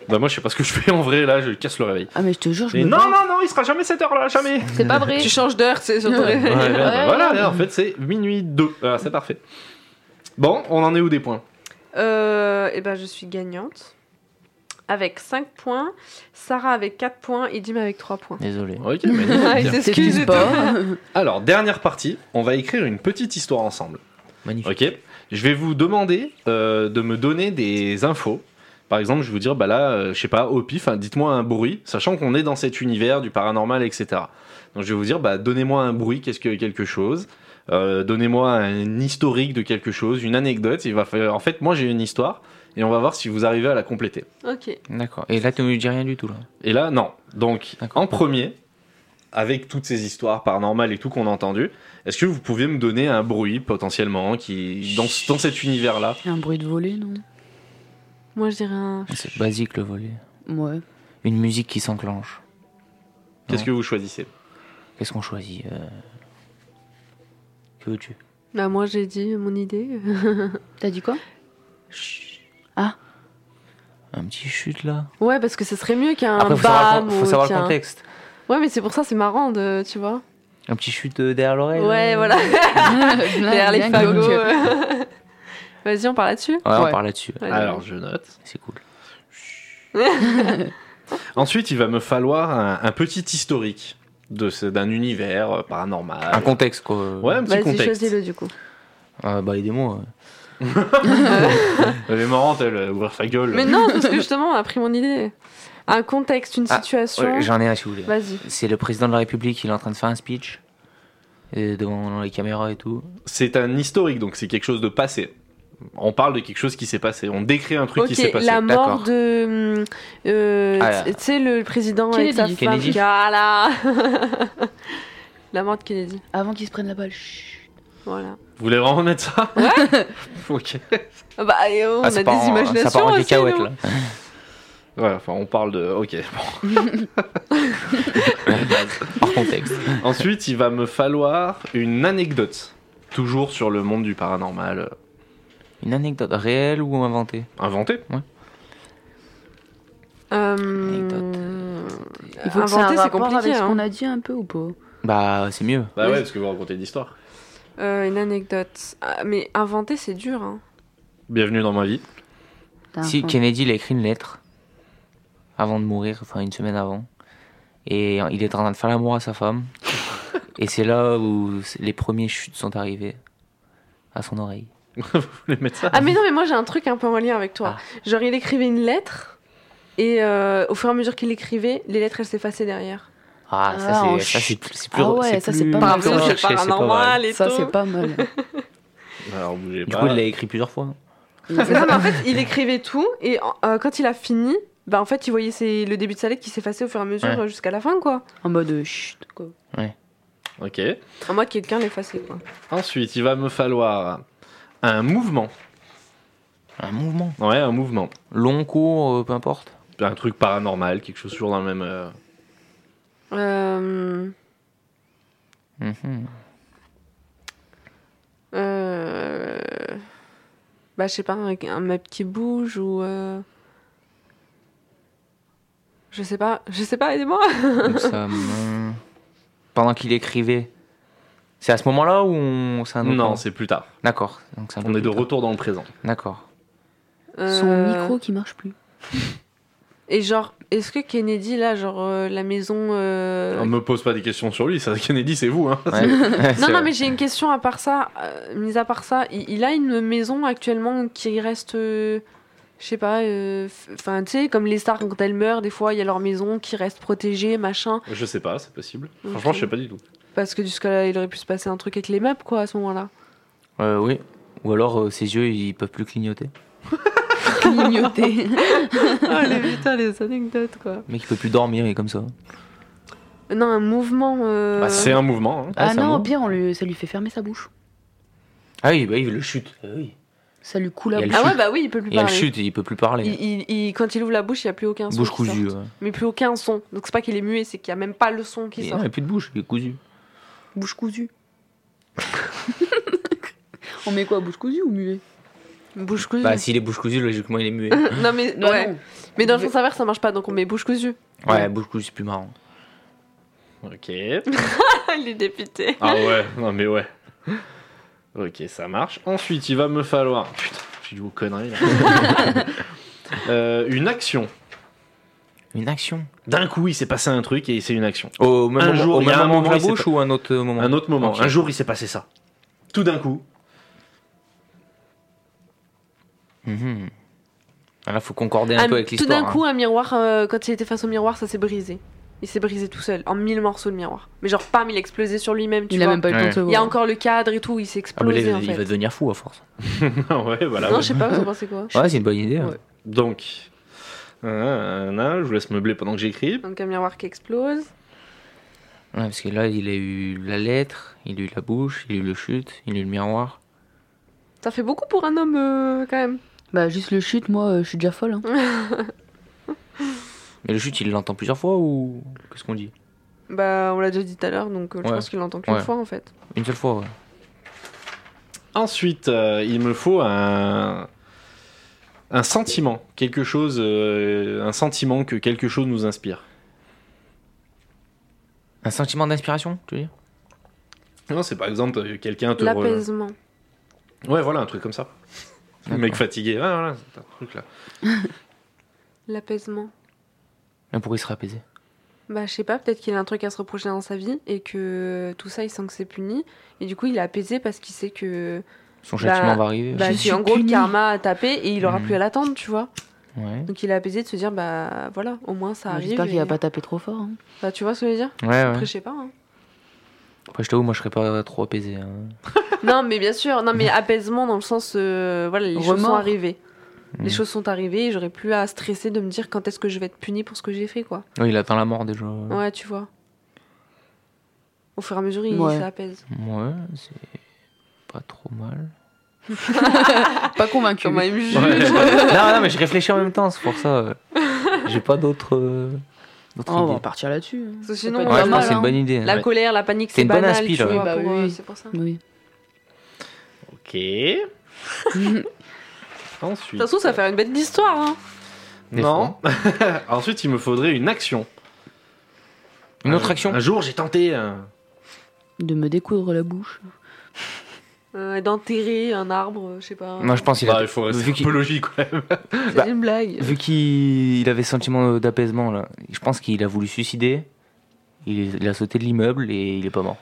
B: Bah moi je sais pas ce que je fais en vrai là, je casse le réveil.
D: Ah, mais je te jure, je
B: Et
D: me
B: non
D: taille.
B: non non, il sera jamais cette heure là, *laughs* jamais.
D: C'est pas vrai.
F: Tu changes d'heure, c'est sur
D: *laughs*
F: ton réveil.
B: Ouais, ouais, bah
D: Ouais.
B: voilà, là, en fait c'est minuit 2. Voilà, c'est parfait. Bon, on en est où des points
F: Euh, et ben, je suis gagnante. Avec 5 points, Sarah avec 4 points et Dim avec 3 points.
E: Désolé.
B: OK, magnifique.
F: *laughs* Ah, il s'excuse
D: T'excuses
F: et tout.
D: pas.
B: Alors, dernière partie, on va écrire une petite histoire ensemble.
E: Magnifique.
B: Ok. Je vais vous demander euh, de me donner des infos Par exemple, je vais vous dire, bah là, euh, je sais pas, au pif, hein, dites-moi un bruit, sachant qu'on est dans cet univers du paranormal, etc. Donc je vais vous dire, bah donnez-moi un bruit, qu'est-ce que quelque chose euh, Donnez-moi un historique de quelque chose, une anecdote. Il va falloir- En fait, moi j'ai une histoire et on va voir si vous arrivez à la compléter.
F: Ok.
E: D'accord. Et là, tu me dis rien du tout, là.
B: Et là, non. Donc,
E: D'accord.
B: en premier, avec toutes ces histoires paranormales et tout qu'on a entendu, est-ce que vous pouvez me donner un bruit potentiellement qui dans, dans cet univers-là
D: Un bruit de volet, non
F: Moi, je dirais un.
E: C'est basique, le volet.
D: Ouais.
E: Une musique qui s'enclenche.
B: Qu'est-ce que vous choisissez
E: Qu'est-ce qu'on choisit euh, Que veux-tu
F: Bah, moi, j'ai dit mon idée.
D: T'as *laughs* dit quoi
E: Un petit chute, là
F: *laughs* ouais, parce que ce serait mieux qu'un
E: Après, faut savoir,
F: bam.
E: faut
F: ou
E: savoir le
F: qu'un-
E: contexte.
F: Ouais, mais c'est pour ça, c'est marrant, de, tu vois.
E: Un petit chute euh, derrière l'oreille.
F: Ouais,
E: là.
F: voilà. Derrière les
D: Bien
F: fagots.
D: que-
F: *laughs* euh. Vas-y, on part là-dessus.
E: Ouais,
D: Ouais.
E: on parle là-dessus.
F: Allez.
B: Alors, je note.
E: C'est cool.
B: Ensuite, il va me falloir un, un petit historique de ce- d'un univers euh, paranormal.
E: Un contexte, quoi.
B: Ouais, un petit
F: Vas-y,
B: contexte.
F: choisis-le *laughs* du coup. Euh,
E: Euh, bah, aidez-moi. ouais.
B: Elle est marrante, elle, euh, ouvrir sa gueule.
F: Mais non, parce que justement, on a pris mon idée. Un contexte, une
E: Ah,
F: situation.
E: Ouais, J'en ai un, si vous voulez.
F: Vas-y.
E: C'est le président de la République, il est en train de faire un speech. euh, devant les caméras et tout.
B: C'est un historique, donc c'est quelque chose de passé. On parle de quelque chose qui s'est passé. On décrit un truc
F: Ok,
B: qui s'est passé.
F: la mort
E: d'accord.
F: de. hum, euh,
E: Ah,
F: tu- Tu sais, le président et sa
D: Kennedy.
F: femme.
E: Kennedy.
F: Voilà *laughs* La mort de Kennedy.
D: Avant qu'ils se prennent la balle. Chut.
F: Voilà.
B: Vous voulez vraiment mettre ça *laughs* Ok.
F: Ah Bah, et oh, on a
E: ça
F: des
E: part en-
F: imaginations
E: Ça part en
F: aussi,
E: cacahuète,
F: nous.
E: là.
B: Ouais, enfin, on parle de. Ok.
E: Par
F: *laughs*
E: contexte.
B: Ensuite, il va me falloir une anecdote. Toujours sur le monde du paranormal euh,
E: Une anecdote réelle ou inventée
B: inventé.
F: Hum,
D: Il faut que ça ait
F: Euh,
D: un
F: inventer, c'est
D: rapport avec
F: compliqué.
D: ce
F: hein.
D: qu'on a dit un peu ou pas
E: Bah, c'est mieux.
B: Bah
F: Oui.
B: ouais, parce que vous racontez une histoire.
F: Euh, une anecdote. Ah, mais inventer, c'est dur. hein.
B: Bienvenue dans ma vie.
D: T'as un
E: Si
D: fond.
E: Kennedy, il a écrit une lettre avant de mourir, enfin une semaine avant, et il est en train de faire l'amour à
F: *laughs*
E: sa femme, et c'est là où les premiers chutes sont arrivées à son oreille.
B: Vous voulez mettre ça
F: Ah, mais non, mais moi j'ai un truc un peu en lien avec toi.
E: Ah.
F: Genre, il écrivait une lettre. Et euh, au fur et à mesure qu'il l'écrivait, les lettres elles s'effaçaient derrière.
E: Ah,
D: Ah,
E: ça
D: en
E: c'est ça,
D: chute.
E: c'est plus, c'est plus-
D: Ah ouais, ça, c'est
E: plus-
D: pas mal,
E: plus
D: ça.
F: c'est
E: recherché, c'est pas mal.
F: paranormal et
D: Ça,
F: tout.
D: c'est pas
F: *laughs*
D: mal.
B: Alors bougez
E: Du
B: pas.
E: coup, il l'a écrit plusieurs fois. hein.
F: Non, mais en fait, il écrivait tout et euh, quand il a fini, bah en fait, il voyait c'est le début de sa lettre qui s'effaçait au fur et à mesure
E: Ouais.
F: euh, jusqu'à la fin, quoi.
D: en mode euh, chut, quoi.
B: Ok.
F: En mode quelqu'un l'effaçait, quoi.
B: Ensuite, il va me falloir un mouvement.
E: Un mouvement.
B: Ouais, un mouvement.
E: Long, court, euh, peu importe.
B: Un truc paranormal, quelque chose toujours dans le même. euh,
F: Euh,
E: Mhm.
F: euh, bah, je sais pas, un, un map qui bouge ou. euh, Je sais pas, je sais pas, aidez-moi.
E: Donc ça, *laughs* hum, Pendant qu'il écrivait. C'est à ce moment-là ou on... c'est un autre
B: Non,
E: moment
B: c'est plus tard.
E: D'accord. Donc c'est un peu
B: On est
E: plus
B: de
E: tard.
B: retour dans le présent.
E: *laughs* D'accord.
D: Son
F: Euh,
D: micro qui marche plus. *laughs*
F: Et genre, est-ce que Kennedy, là, genre, euh, la maison. euh,
B: On me pose pas des questions sur lui, ça Kennedy, c'est vous. Hein. *laughs*
E: Ouais.
F: Non,
E: C'est
F: non,
E: vrai.
F: mais j'ai une question à part ça. euh, mis à part ça, il, il a une maison actuellement qui reste. euh, je sais pas. euh, Enfin, tu sais, comme les stars, quand elles meurent, des fois, il y a leur maison qui reste protégée, machin.
B: Je sais pas, c'est possible. Franchement, je sais pas du tout.
F: Parce que jusque-là, il aurait pu se passer un truc avec les meubles, quoi, à ce moment-là.
E: *laughs* Euh, oui. Ou alors euh, ses yeux, ils peuvent plus clignoter.
F: *laughs*
D: Clignoter.
F: *laughs* oh, les, putain, les anecdotes, quoi.
E: Le mec, il peut plus dormir, il est comme ça.
F: Non, un mouvement. euh,
B: Bah, c'est un mouvement. hein.
E: Ah,
D: ah
E: c'est un
D: non,
E: mot.
D: pire, on lui, ça lui fait fermer sa bouche.
E: Ah oui, bah, il le chute. Ah oui.
D: Ça lui coule la
E: Il y a
D: bouche.
F: Ah ouais,
E: le chute.
F: bah oui, il peut plus
E: Il y a le
F: parler.
E: chute, il peut plus parler.
F: Il- il- il- quand il ouvre la bouche, il n'y a plus aucun son.
E: Bouche
F: qui
E: cousue.
F: sort.
E: ouais.
F: Mais plus aucun son. Donc c'est pas qu'il est muet, c'est qu'il n'y a même pas le son qui
E: Il-
F: sort.
E: non, il n'y a plus de bouche, il est cousu.
D: Bouche cousue. *laughs* on met quoi, bouche cousue ou muet
F: Bouche cousue.
E: Bah, s'il est bouche cousue, logiquement, il est muet.
F: *laughs* non, mais.
D: Bah
F: ouais.
D: non.
F: Mais dans le sens inverse, ça marche pas, donc on met bouche cousue.
E: ouais, bouche cousue, c'est plus marrant.
B: Ok.
F: Il est député.
B: Ah ouais, non mais ouais. Ok, ça marche. Ensuite, il va me falloir. Putain, je suis dû aux conneries là. Euh, une action.
E: Une action.
B: D'un coup, il s'est passé un truc et c'est une action.
E: Au même
B: Un
E: moment,
B: jour,
E: au
B: il y a
E: même
B: un
E: moment que
B: moment,
E: la
B: il sait
E: bouche
B: pas.
E: ou un autre euh, moment
B: Un autre moment.
E: Ok.
B: Un jour, il s'est passé ça. Tout d'un coup.
E: Mhm. Là, faut concorder un
F: Un-
E: peu avec
F: Ah, tout
E: l'histoire.
F: d'un
E: hein.
F: coup, un miroir, euh, quand il était face au miroir, ça s'est brisé. Il s'est brisé tout seul, en mille morceaux le miroir. Mais genre, pam, il a explosé sur lui-même, tu
D: Il
F: vois.
D: a même pas eu le temps de
E: Ouais.
D: se voir.
F: Il y a encore le cadre et tout, il s'est
E: Ah, mais là,
F: explosé en
E: il
F: fait.
E: va devenir fou à force.
B: *laughs* ouais, voilà.
F: non, je sais pas,
E: *laughs*
F: vous en pensez quoi
E: Ouais, c'est une bonne idée. hein.
F: Ouais.
B: Donc, euh, là, je vous laisse meubler pendant que j'écris.
F: Donc un miroir qui explose.
E: Ouais, parce que là, il a eu la lettre, il a eu la bouche, il a eu le chute, il a eu le miroir.
F: Ça fait beaucoup pour un homme euh, quand même.
D: Bah, juste le chute, moi, euh, je suis déjà folle. hein.
E: Mais le chute, il l'entend plusieurs fois ou. Qu'est-ce qu'on dit
F: Bah, on l'a déjà dit tout à l'heure, donc euh, je
E: Ouais.
F: pense qu'il l'entend qu'une
E: Ouais.
F: fois en fait.
E: Une seule fois, ouais.
B: Ensuite, euh, il me faut un, un sentiment, quelque chose, euh, un sentiment que quelque chose nous inspire.
E: Un sentiment d'inspiration, tu veux dire
B: Non, c'est par exemple euh, quelqu'un te. re-
F: L'apaisement.
B: Ouais, voilà, un truc comme ça. Le mec fatigué, ah, voilà, c'est un truc là.
F: L'apaisement.
E: Mais pourquoi il sera apaisé
F: Bah, je sais pas, peut-être qu'il a un truc à se reprocher dans sa vie et que tout ça, il sent que c'est puni. Et du coup, il est apaisé parce qu'il sait que.
E: Son
F: Bah,
E: châtiment va arriver.
F: Bah,
D: Je
F: c'est
D: suis Mm.
F: en gros le
D: puni.
F: karma a tapé et il aura
E: Mhm.
F: plus à l'attendre, tu vois.
E: Ouais.
F: Donc il est apaisé de se dire, bah voilà, au moins ça
D: Bah,
F: arrive.
D: J'espère qu'il
F: et-
D: va pas taper trop fort. hein.
F: Bah, tu vois ce que je veux dire
E: Ouais, ouais.
F: Après, je sais pas. hein. *laughs*
E: Après, je t'avoue, moi, je serais pas trop apaisé. hein.
F: Non, mais bien sûr, non, mais apaisement dans le sens, euh, voilà, les choses sont
D: Mm. Remords.
F: arrivées. Les
E: Mm.
F: choses sont arrivées et j'aurais plus à stresser de me dire quand est-ce que je vais être puni pour ce que j'ai fait, quoi.
E: Ouais, il attend la mort déjà.
D: Mm.
F: Ouais, tu vois. Au fur et à mesure, il
D: Ouais.
F: s'apaise.
E: Ouais, c'est pas trop mal.
D: Pas convaincu.
F: Quand même, juge.
E: non, non, mais je réfléchis en même temps, c'est pour ça. euh, J'ai pas d'autres. euh, d'autres
D: Oh, on va
E: idées.
D: partir là-dessus. hein.
F: Parce que
D: Ça
F: sinon,
D: peut être
E: Ouais,
F: pas
E: je
F: mal,
E: pense que c'est
F: hein.
E: une bonne idée.
F: La
E: Ouais.
F: colère, la panique,
E: C'est
F: c'est
E: une bonne
F: banal,
E: inspi,
F: tu
E: là,
F: vois,
D: ouais.
F: pour,
D: Bah oui.
F: euh, c'est pour
E: hein.
F: ça. De
D: Oui. *laughs*
B: Ok. Ensuite.
F: toute façon, ça va faire une bête d'histoire, hein.
E: Des
B: Non. *laughs* Ensuite, il me faudrait une action.
E: Une autre
B: Un-
E: action
B: Un jour, j'ai tenté. hein. un-
D: De me découdre la bouche.
F: Euh, D'enterrer un arbre, euh, je sais pas.
E: Moi, je pense qu'il
B: Bah,
E: a.
B: il faut rester
E: Vu
B: un
E: qu'il-
B: peu logique quand même.
F: C'est
E: bah,
F: une blague.
E: Vu qu'il il avait ce sentiment d'apaisement, là, je pense qu'il a voulu se suicider. Il, est- il a sauté de l'immeuble et il est pas mort.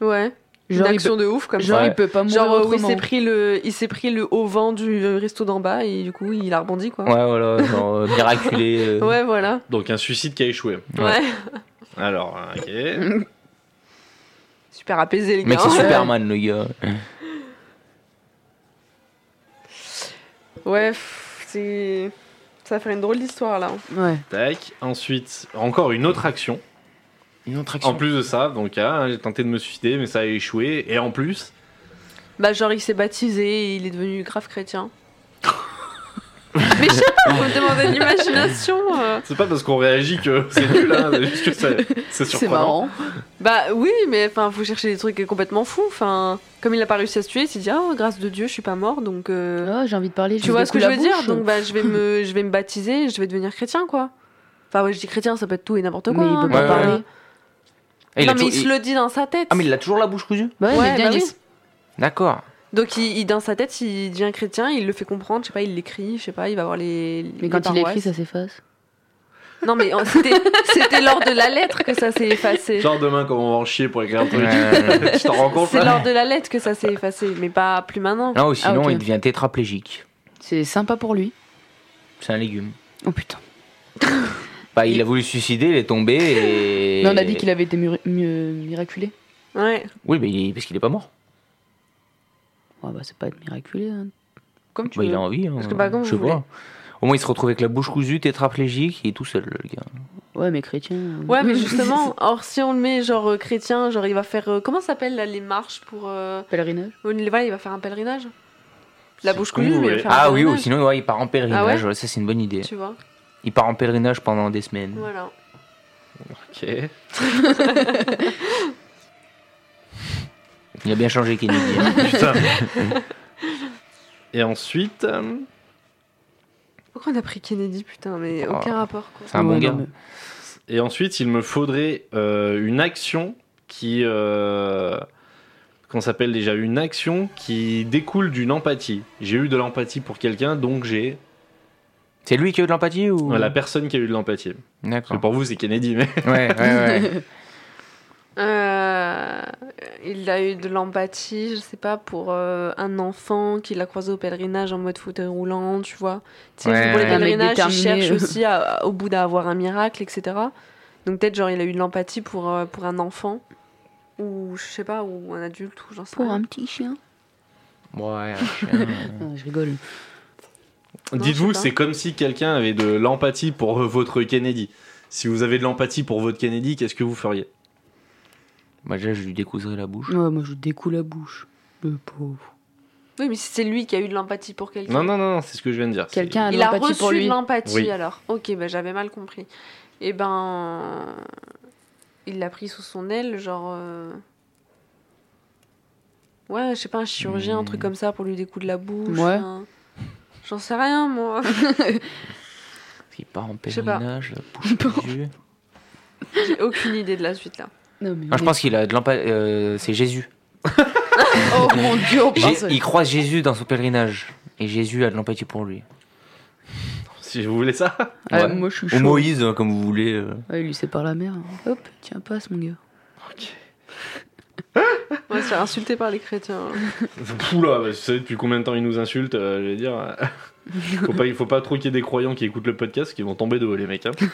F: Ouais. Une
D: Genre, il
F: action de ouf, comme
D: peut, genre,
E: Ouais.
D: il peut pas mourir
F: Genre, euh, oui, il
D: autrement.
F: s'est pris le, il s'est pris le haut vent du euh, resto d'en bas et du coup, il a rebondi quoi.
E: Ouais, voilà, genre euh, miraculé. euh,
F: Ouais, voilà.
B: Donc, un suicide qui a échoué.
E: Ouais.
F: Ouais.
B: Alors, ok.
F: Super apaisé les
E: Mec,
F: gars.
E: c'est
F: hein.
E: Superman, le gars.
F: Ouais, pff, c'est, ça va faire une drôle d'histoire là.
D: Ouais.
B: Tac. Ensuite, encore une autre action.
E: Une autre
B: En plus de ça, donc, ah, j'ai tenté de me suicider, mais ça a échoué. Et en plus,
F: Bah genre il s'est baptisé et il est devenu grave *laughs* chrétien. Mais je sais pas, faut me demander de l'imagination. euh.
B: c'est pas parce qu'on réagit que *laughs* c'est nul, hein, c'est juste que ça- c'est
D: C'est
B: surprenant.
D: marrant.
F: Bah oui, mais enfin faut chercher des trucs complètement fous. Enfin, comme il a pas réussi à se tuer, il s'est dit ah grâce de Dieu je suis pas mort donc. euh,
D: Ah, j'ai envie de parler.
F: Tu
D: me
F: vois ce que je
D: découle
F: veux
D: la
F: dire
D: bouche. euh,
F: Donc bah je
D: *laughs*
F: vais me je vais me baptiser, et je vais devenir chrétien quoi. Enfin ouais, je dis chrétien, ça peut être tout et n'importe quoi.
D: Mais il
F: hein,
D: peut pas
E: Ouais,
D: parler.
E: ouais. Ah, il a
F: Non mais il
E: tou-
F: se
E: il-
F: le dit dans sa tête.
E: Ah, mais il a toujours la bouche cousue
D: Bah ouais,
F: Ouais,
D: mais bien,
F: bah
D: il
F: oui.
D: est-
E: D'accord.
F: Donc il, il- dans sa tête, il devient chrétien, il le fait comprendre, je sais pas, il l'écrit, je sais pas, il va voir les.
D: Mais quand il écrit, ça s'efface.
F: Non mais euh, c'était c'était lors de la lettre que ça s'est effacé.
B: Genre, demain, quand on va en chier pour écrire un *laughs* truc,
E: Euh,
B: tu t'en rends compte
F: C'est
B: là
F: lors de la lettre que ça s'est effacé, mais pas plus maintenant.
E: Non, ou sinon,
D: ok.
E: il devient tétraplégique.
D: C'est sympa pour lui.
E: C'est un légume.
D: Oh putain.
E: Bah, il a voulu se suicider, il est tombé et.
D: Mais on a dit qu'il avait été mur- mieux- miraculé.
F: Ouais.
E: Oui, mais il- parce qu'il est pas mort.
D: Ouais, bah, c'est pas être miraculé. hein. Comme tu
E: Bah,
D: veux.
E: il a envie. hein.
F: Parce que, bah, comme
E: je
F: vous
E: sais pas. Au moins, il se retrouve avec la bouche cousue, tétraplégique, il est tout seul, le gars.
D: Ouais, mais chrétien. euh,
F: Ouais,
D: *laughs*
F: mais justement, or si on le met genre euh, chrétien, genre il va faire euh, comment ça s'appelle là, les marches pour euh,
D: Pèlerinage.
F: voilà, il va faire un pèlerinage. La
B: C'est
F: bouche
B: cool,
F: cousue, mais il
B: ouais.
F: va faire un
E: Ah oui, ou
F: pèlerinage,
E: sinon, ouais, il part en pèlerinage.
F: Ah ouais
E: ouais, ça, c'est une bonne idée.
F: Tu vois.
E: Il part en pèlerinage pendant des semaines.
F: Voilà.
B: Ok.
E: Il a bien changé, Kennedy. hein.
B: *laughs* Putain. Et ensuite, euh,
F: Pourquoi on a pris Kennedy putain, mais
E: Ah.
F: aucun rapport quoi.
E: C'est un bon
D: Ouais,
E: gars.
D: non,
B: et ensuite, il me faudrait euh, une action qui euh, qu'on s'appelle déjà une action qui découle d'une empathie. J'ai eu de l'empathie pour quelqu'un, donc j'ai
E: C'est lui qui a eu de l'empathie ou.
B: la personne qui a eu de l'empathie. Parce
D: *laughs*
E: D'accord.
B: que pour vous, c'est Kennedy, mais
E: Ouais, ouais, ouais.
F: Euh, il a eu de l'empathie, je sais pas, pour euh, un enfant qui l'a croisé au pèlerinage en mode fauteuil roulant, tu vois. Tu sais,
E: Ouais.
F: pour les
E: Un mec
F: pèlerinages, ils
D: déterminé.
E: *laughs*
F: cherchent aussi à- au bout d'avoir un miracle, etc. Donc peut-être, genre, il a eu de l'empathie pour, euh, pour un enfant, ou je sais pas, ou un adulte, ou j'en sais
D: Pour
F: rien.
D: un petit chien.
E: Ouais, un chien, euh,
D: Ah, je rigole.
F: Non,
B: Dites-vous,
F: je sais pas.
B: c'est comme si quelqu'un avait de l'empathie pour *laughs* euh, votre Kennedy. Si vous avez de l'empathie pour votre Kennedy, qu'est-ce que vous feriez
E: bah déjà, je lui découserai la bouche.
D: Ouais, moi, je découle la bouche. Le pauvre.
F: Oui, mais si c'est lui qui a eu de l'empathie pour quelqu'un.
B: Non, non, non, non, c'est ce que je viens de dire. C'est-
D: Quelqu'un a de
F: Il a
D: Ah, l'empathie
F: reçu
D: pour lui.
F: de l'empathie
B: Oui.
F: alors. Ok, bah, j'avais mal compris. Et ben, il l'a pris sous son aile, genre. euh, Ouais, je sais pas, un chirurgien, un
E: Hmm.
F: truc comme ça pour lui découdre la bouche.
D: Ouais.
F: un- J'en sais rien, moi. *laughs*
E: Il part en
F: Je sais pas.
E: pèlerinage, la bouche Jésus.
F: J'ai aucune idée de la suite là.
D: Non, mais
E: Non, je pense qu'il a de l'empathie. euh, c'est Jésus.
D: *laughs* Oh mon dieu, on
E: J'ai-
D: pense-
E: il croise Jésus dans son pèlerinage. Et Jésus a de l'empathie pour lui.
B: Si vous voulez ça. *laughs*
D: Ah,
E: Ouais.
D: Moi, je suis
E: Ou
D: chaud.
E: Moïse, hein, comme vous voulez. euh.
D: Ouais, lui, c'est par la mer. Hop, tiens, passe, mon gars.
F: On va se faire insulter par les chrétiens. hein.
B: Oula, bah, vous savez depuis combien de temps ils nous insultent, euh, *laughs* je vais dire. faut, pas, il faut pas trop qu'il y ait des croyants qui écoutent le podcast, qui vont tomber de haut, les mecs.
F: *laughs*
B: hein. Ça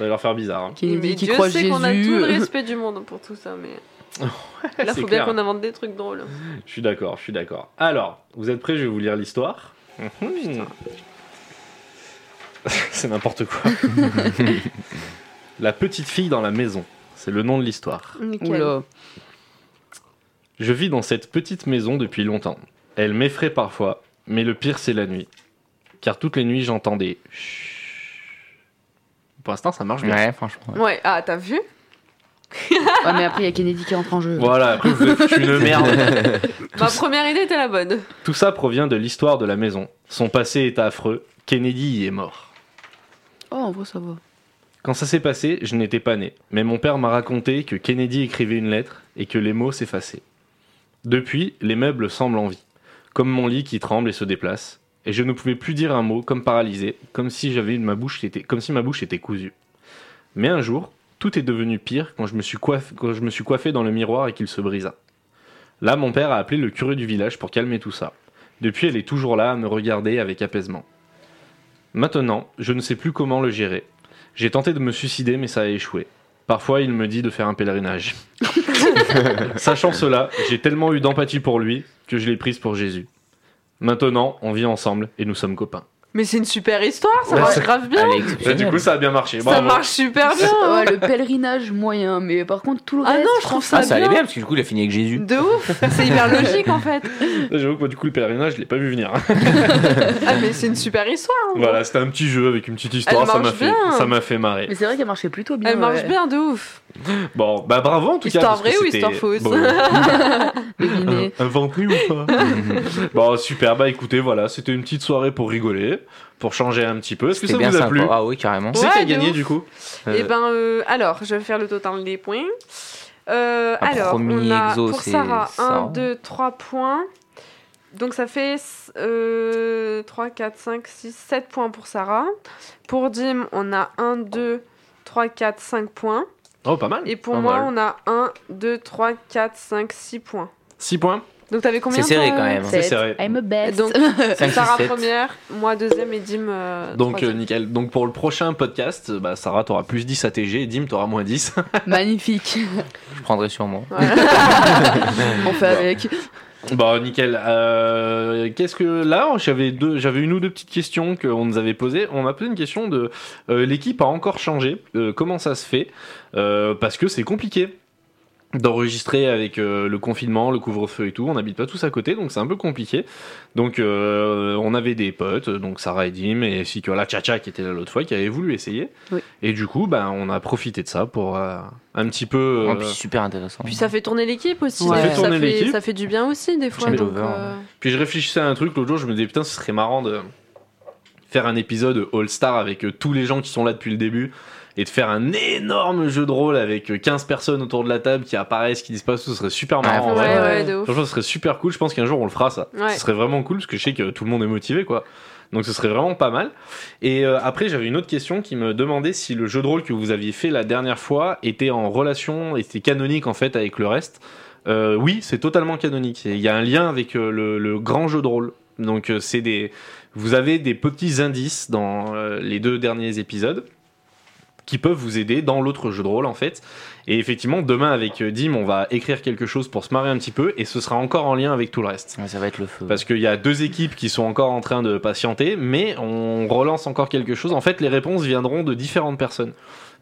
B: va leur faire bizarre. hein.
D: Qui,
F: Mais
D: qui
F: Dieu
D: croit
F: sait
D: Jésus.
F: qu'on a tout le respect du monde pour tout ça, mais. là,
B: Oh, c'est
F: faut
B: clair.
F: bien qu'on invente des trucs drôles.
B: Je suis d'accord, je suis d'accord. Alors, vous êtes prêts Je vais vous lire l'histoire. *laughs* C'est n'importe quoi. *laughs* la petite fille dans la maison, c'est le nom de l'histoire.
F: Nickel.
D: *laughs* Oula.
B: Je vis dans cette petite maison depuis longtemps. Elle m'effraie parfois, mais le pire c'est la nuit. Car toutes les nuits j'entends des chut. Pour l'instant ça marche bien.
E: Ouais, franchement. ouais.
F: Ouais, ah, t'as vu
D: Ouais, mais après, il y a Kennedy qui rentre en jeu.
B: Voilà, après vous êtes
E: *laughs*
B: une merde.
F: Ma première idée était la bonne.
B: Tout ça provient de l'histoire de la maison. Son passé est affreux, Kennedy y est mort.
D: Oh, en vrai, ça va.
B: Quand ça s'est passé, je n'étais pas né, mais mon père m'a raconté que Kennedy écrivait une lettre et que les mots s'effaçaient. Depuis, les meubles semblent en vie, comme mon lit qui tremble et se déplace, et je ne pouvais plus dire un mot, comme paralysé, comme si j'avais une ma bouche qui était, comme si ma bouche était cousue. Mais un jour, tout est devenu pire quand je me suis coiff- quand je me suis coiffé dans le miroir et qu'il se brisa. Là, mon père a appelé le curé du village pour calmer tout ça. Depuis, elle est toujours là à me regarder avec apaisement. Maintenant, je ne sais plus comment le gérer. J'ai tenté de me suicider, mais ça a échoué. Parfois, il me dit de faire un
F: *laughs*
B: pèlerinage. Sachant cela, j'ai tellement eu d'empathie pour lui que je l'ai prise pour Jésus. Maintenant, on vit ensemble et nous sommes copains.
F: Mais c'est une super histoire, ça
B: Ouais,
F: marche
B: c'est-
F: grave bien.
E: Elle est
B: Bah, du
E: exceptionnelle.
B: coup, ça a bien marché.
F: Ça
B: bravo.
F: marche super bien.
D: Ouais, le pèlerinage moyen, mais par contre, tout le
F: Ah
D: reste.
F: non, je trouve ça,
E: Ah, ça allait
F: bien.
E: bien, parce que du coup, il a fini
B: *laughs*
E: avec Jésus.
F: De ouf, c'est hyper logique en fait.
B: Là, J'avoue que moi, du coup, le pèlerinage, je l'ai pas vu venir.
F: *laughs* Ah mais c'est une super histoire. hein. en vrai.
B: voilà, c'était un petit jeu avec une petite histoire. Ça m'a
F: marche
B: fait,
F: bien.
B: ça m'a fait marrer.
D: Mais c'est vrai qu'elle marchait plutôt bien.
F: Elle marche
D: ouais.
F: bien de ouf.
B: Bon, bah bravo en tout
F: Histoire
B: cas. parce que
F: vraie ou
B: c'était-
F: histoire fausse *laughs*
B: Bon,
D: Devinez.
B: Inventé Euh, ou pas *laughs* Bon, super. Bah écoutez, voilà, c'était une petite soirée pour rigoler, pour changer un petit peu. Est-ce que
E: C'était
B: ça vous
E: bien
B: a
E: sympa.
B: plu
E: Ah oui, carrément.
B: Qui c'est
F: Ouais,
B: qui a
F: de
B: gagné
F: ouf.
B: du coup
F: Et
B: Euh,
F: ben euh, alors, je vais faire le total des points. Euh,
E: Un
F: alors, on
E: premier
F: a
E: exo,
F: pour
E: c'est
F: Sarah
E: Sarah.
F: 1, 2, 3 points. Donc ça fait euh, 3, 4, 5, 6, 7 points pour Sarah. Pour Dim, on a 1, 2, 3, 4, 5 points.
B: Oh, pas mal.
F: Et pour
B: Pas
F: moi,
B: mal.
F: on a 1, 2, 3, 4, 5, 6 points.
B: 6 points.
F: Donc t'avais combien
E: C'est serré
F: toi,
E: quand
F: euh,
E: même.
B: C'est serré.
D: I'm a best.
F: Donc,
E: Cinq, six,
F: Sarah
E: sept.
F: première, moi deuxième et Dim. euh,
B: Donc euh,
F: troisième.
B: nickel. Donc pour le prochain podcast, euh, bah, Sarah t'auras plus 10 à TG et Dim t'auras moins 10.
D: Magnifique.
E: Je prendrai sûrement.
F: Voilà.
D: On fait avec.
B: bon Bah, nickel. Euh, Qu'est-ce que là j'avais deux, j'avais une ou deux petites questions qu'on nous avait posées. On m'a posé une question de euh, l'équipe a encore changé. Euh, comment ça se fait Euh, Parce que c'est compliqué d'enregistrer avec euh, le confinement, le couvre-feu et tout. On n'habite pas tous à côté, donc c'est un peu compliqué. Donc euh, on avait des potes, donc Sarah et Dim et Sikiola Chacha qui était là l'autre fois, qui avaient voulu essayer.
D: Oui.
B: Et du coup, ben, on a profité de ça pour euh, un petit peu...
E: Oh,
B: euh,
E: puis super intéressant.
F: Puis ça fait tourner l'équipe aussi.
D: Ça
F: donc
D: fait
B: tourner l'équipe. hein.
F: ça fait du bien aussi des fois.
E: Team
F: donc,
E: Dover,
F: euh,
B: Puis je réfléchissais à un truc l'autre jour, je me disais putain, ce serait marrant de faire un épisode All Star avec euh, tous les gens qui sont là depuis le début et de faire un énorme jeu de rôle avec euh, 15 personnes autour de la table qui apparaissent, qui disent pas, ce serait super marrant. en
E: Ouais,
F: Ouais,
B: vrai.
F: ouais,
D: ouais.
F: de ouf.
B: Franchement, ce serait super cool. Je pense qu'un jour on le fera ça.
F: Ouais.
B: Ce serait vraiment cool parce que je sais que tout le monde est motivé quoi. Donc ce serait vraiment pas mal. Et euh, après, j'avais une autre question qui me demandait si le jeu de rôle que vous aviez fait la dernière fois était en relation, était canonique en fait avec le reste. Euh, oui, c'est totalement canonique. Il y a un lien avec euh, le, le grand jeu de rôle. Donc euh, c'est des, vous avez des petits indices dans euh, les deux derniers épisodes qui peuvent vous aider dans l'autre jeu de rôle en fait. Et effectivement, demain avec euh, Dim, on va écrire quelque chose pour se marrer un petit peu et ce sera encore en lien avec tout le reste.
E: Ouais, ça va être le feu.
B: Euh, Parce qu'il y a deux équipes qui sont encore en train de patienter, mais on relance encore quelque chose. En fait, les réponses viendront de différentes personnes.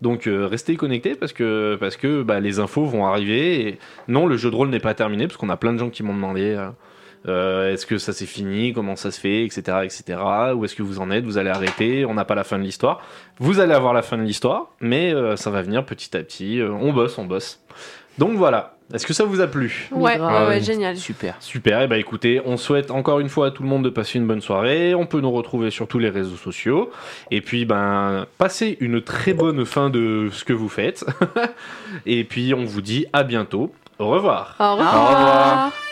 B: Donc euh, restez connectés parce que, parce que bah, les infos vont arriver. Et non, le jeu de rôle n'est pas terminé parce qu'on a plein de gens qui m'ont demandé euh, euh, est-ce que ça s'est fini, comment ça se fait, etc. etc. Où est-ce que vous en êtes, vous allez arrêter, on n'a pas la fin de l'histoire. Vous allez avoir la fin de l'histoire, mais euh, ça va venir petit à petit. Euh, on bosse, on bosse. Donc voilà, est-ce que ça vous a plu
F: Ouais, ouais,
D: Ah
F: ouais,
E: oui.
F: génial.
E: Super.
B: Super, et bah écoutez, on souhaite encore une fois à tout le monde de passer une bonne soirée. On peut nous retrouver sur tous les réseaux sociaux. Et puis, ben, passez une très bonne fin de ce que vous *laughs* faites. et puis, on vous dit à bientôt. Au revoir.
F: Au revoir.
E: revoir.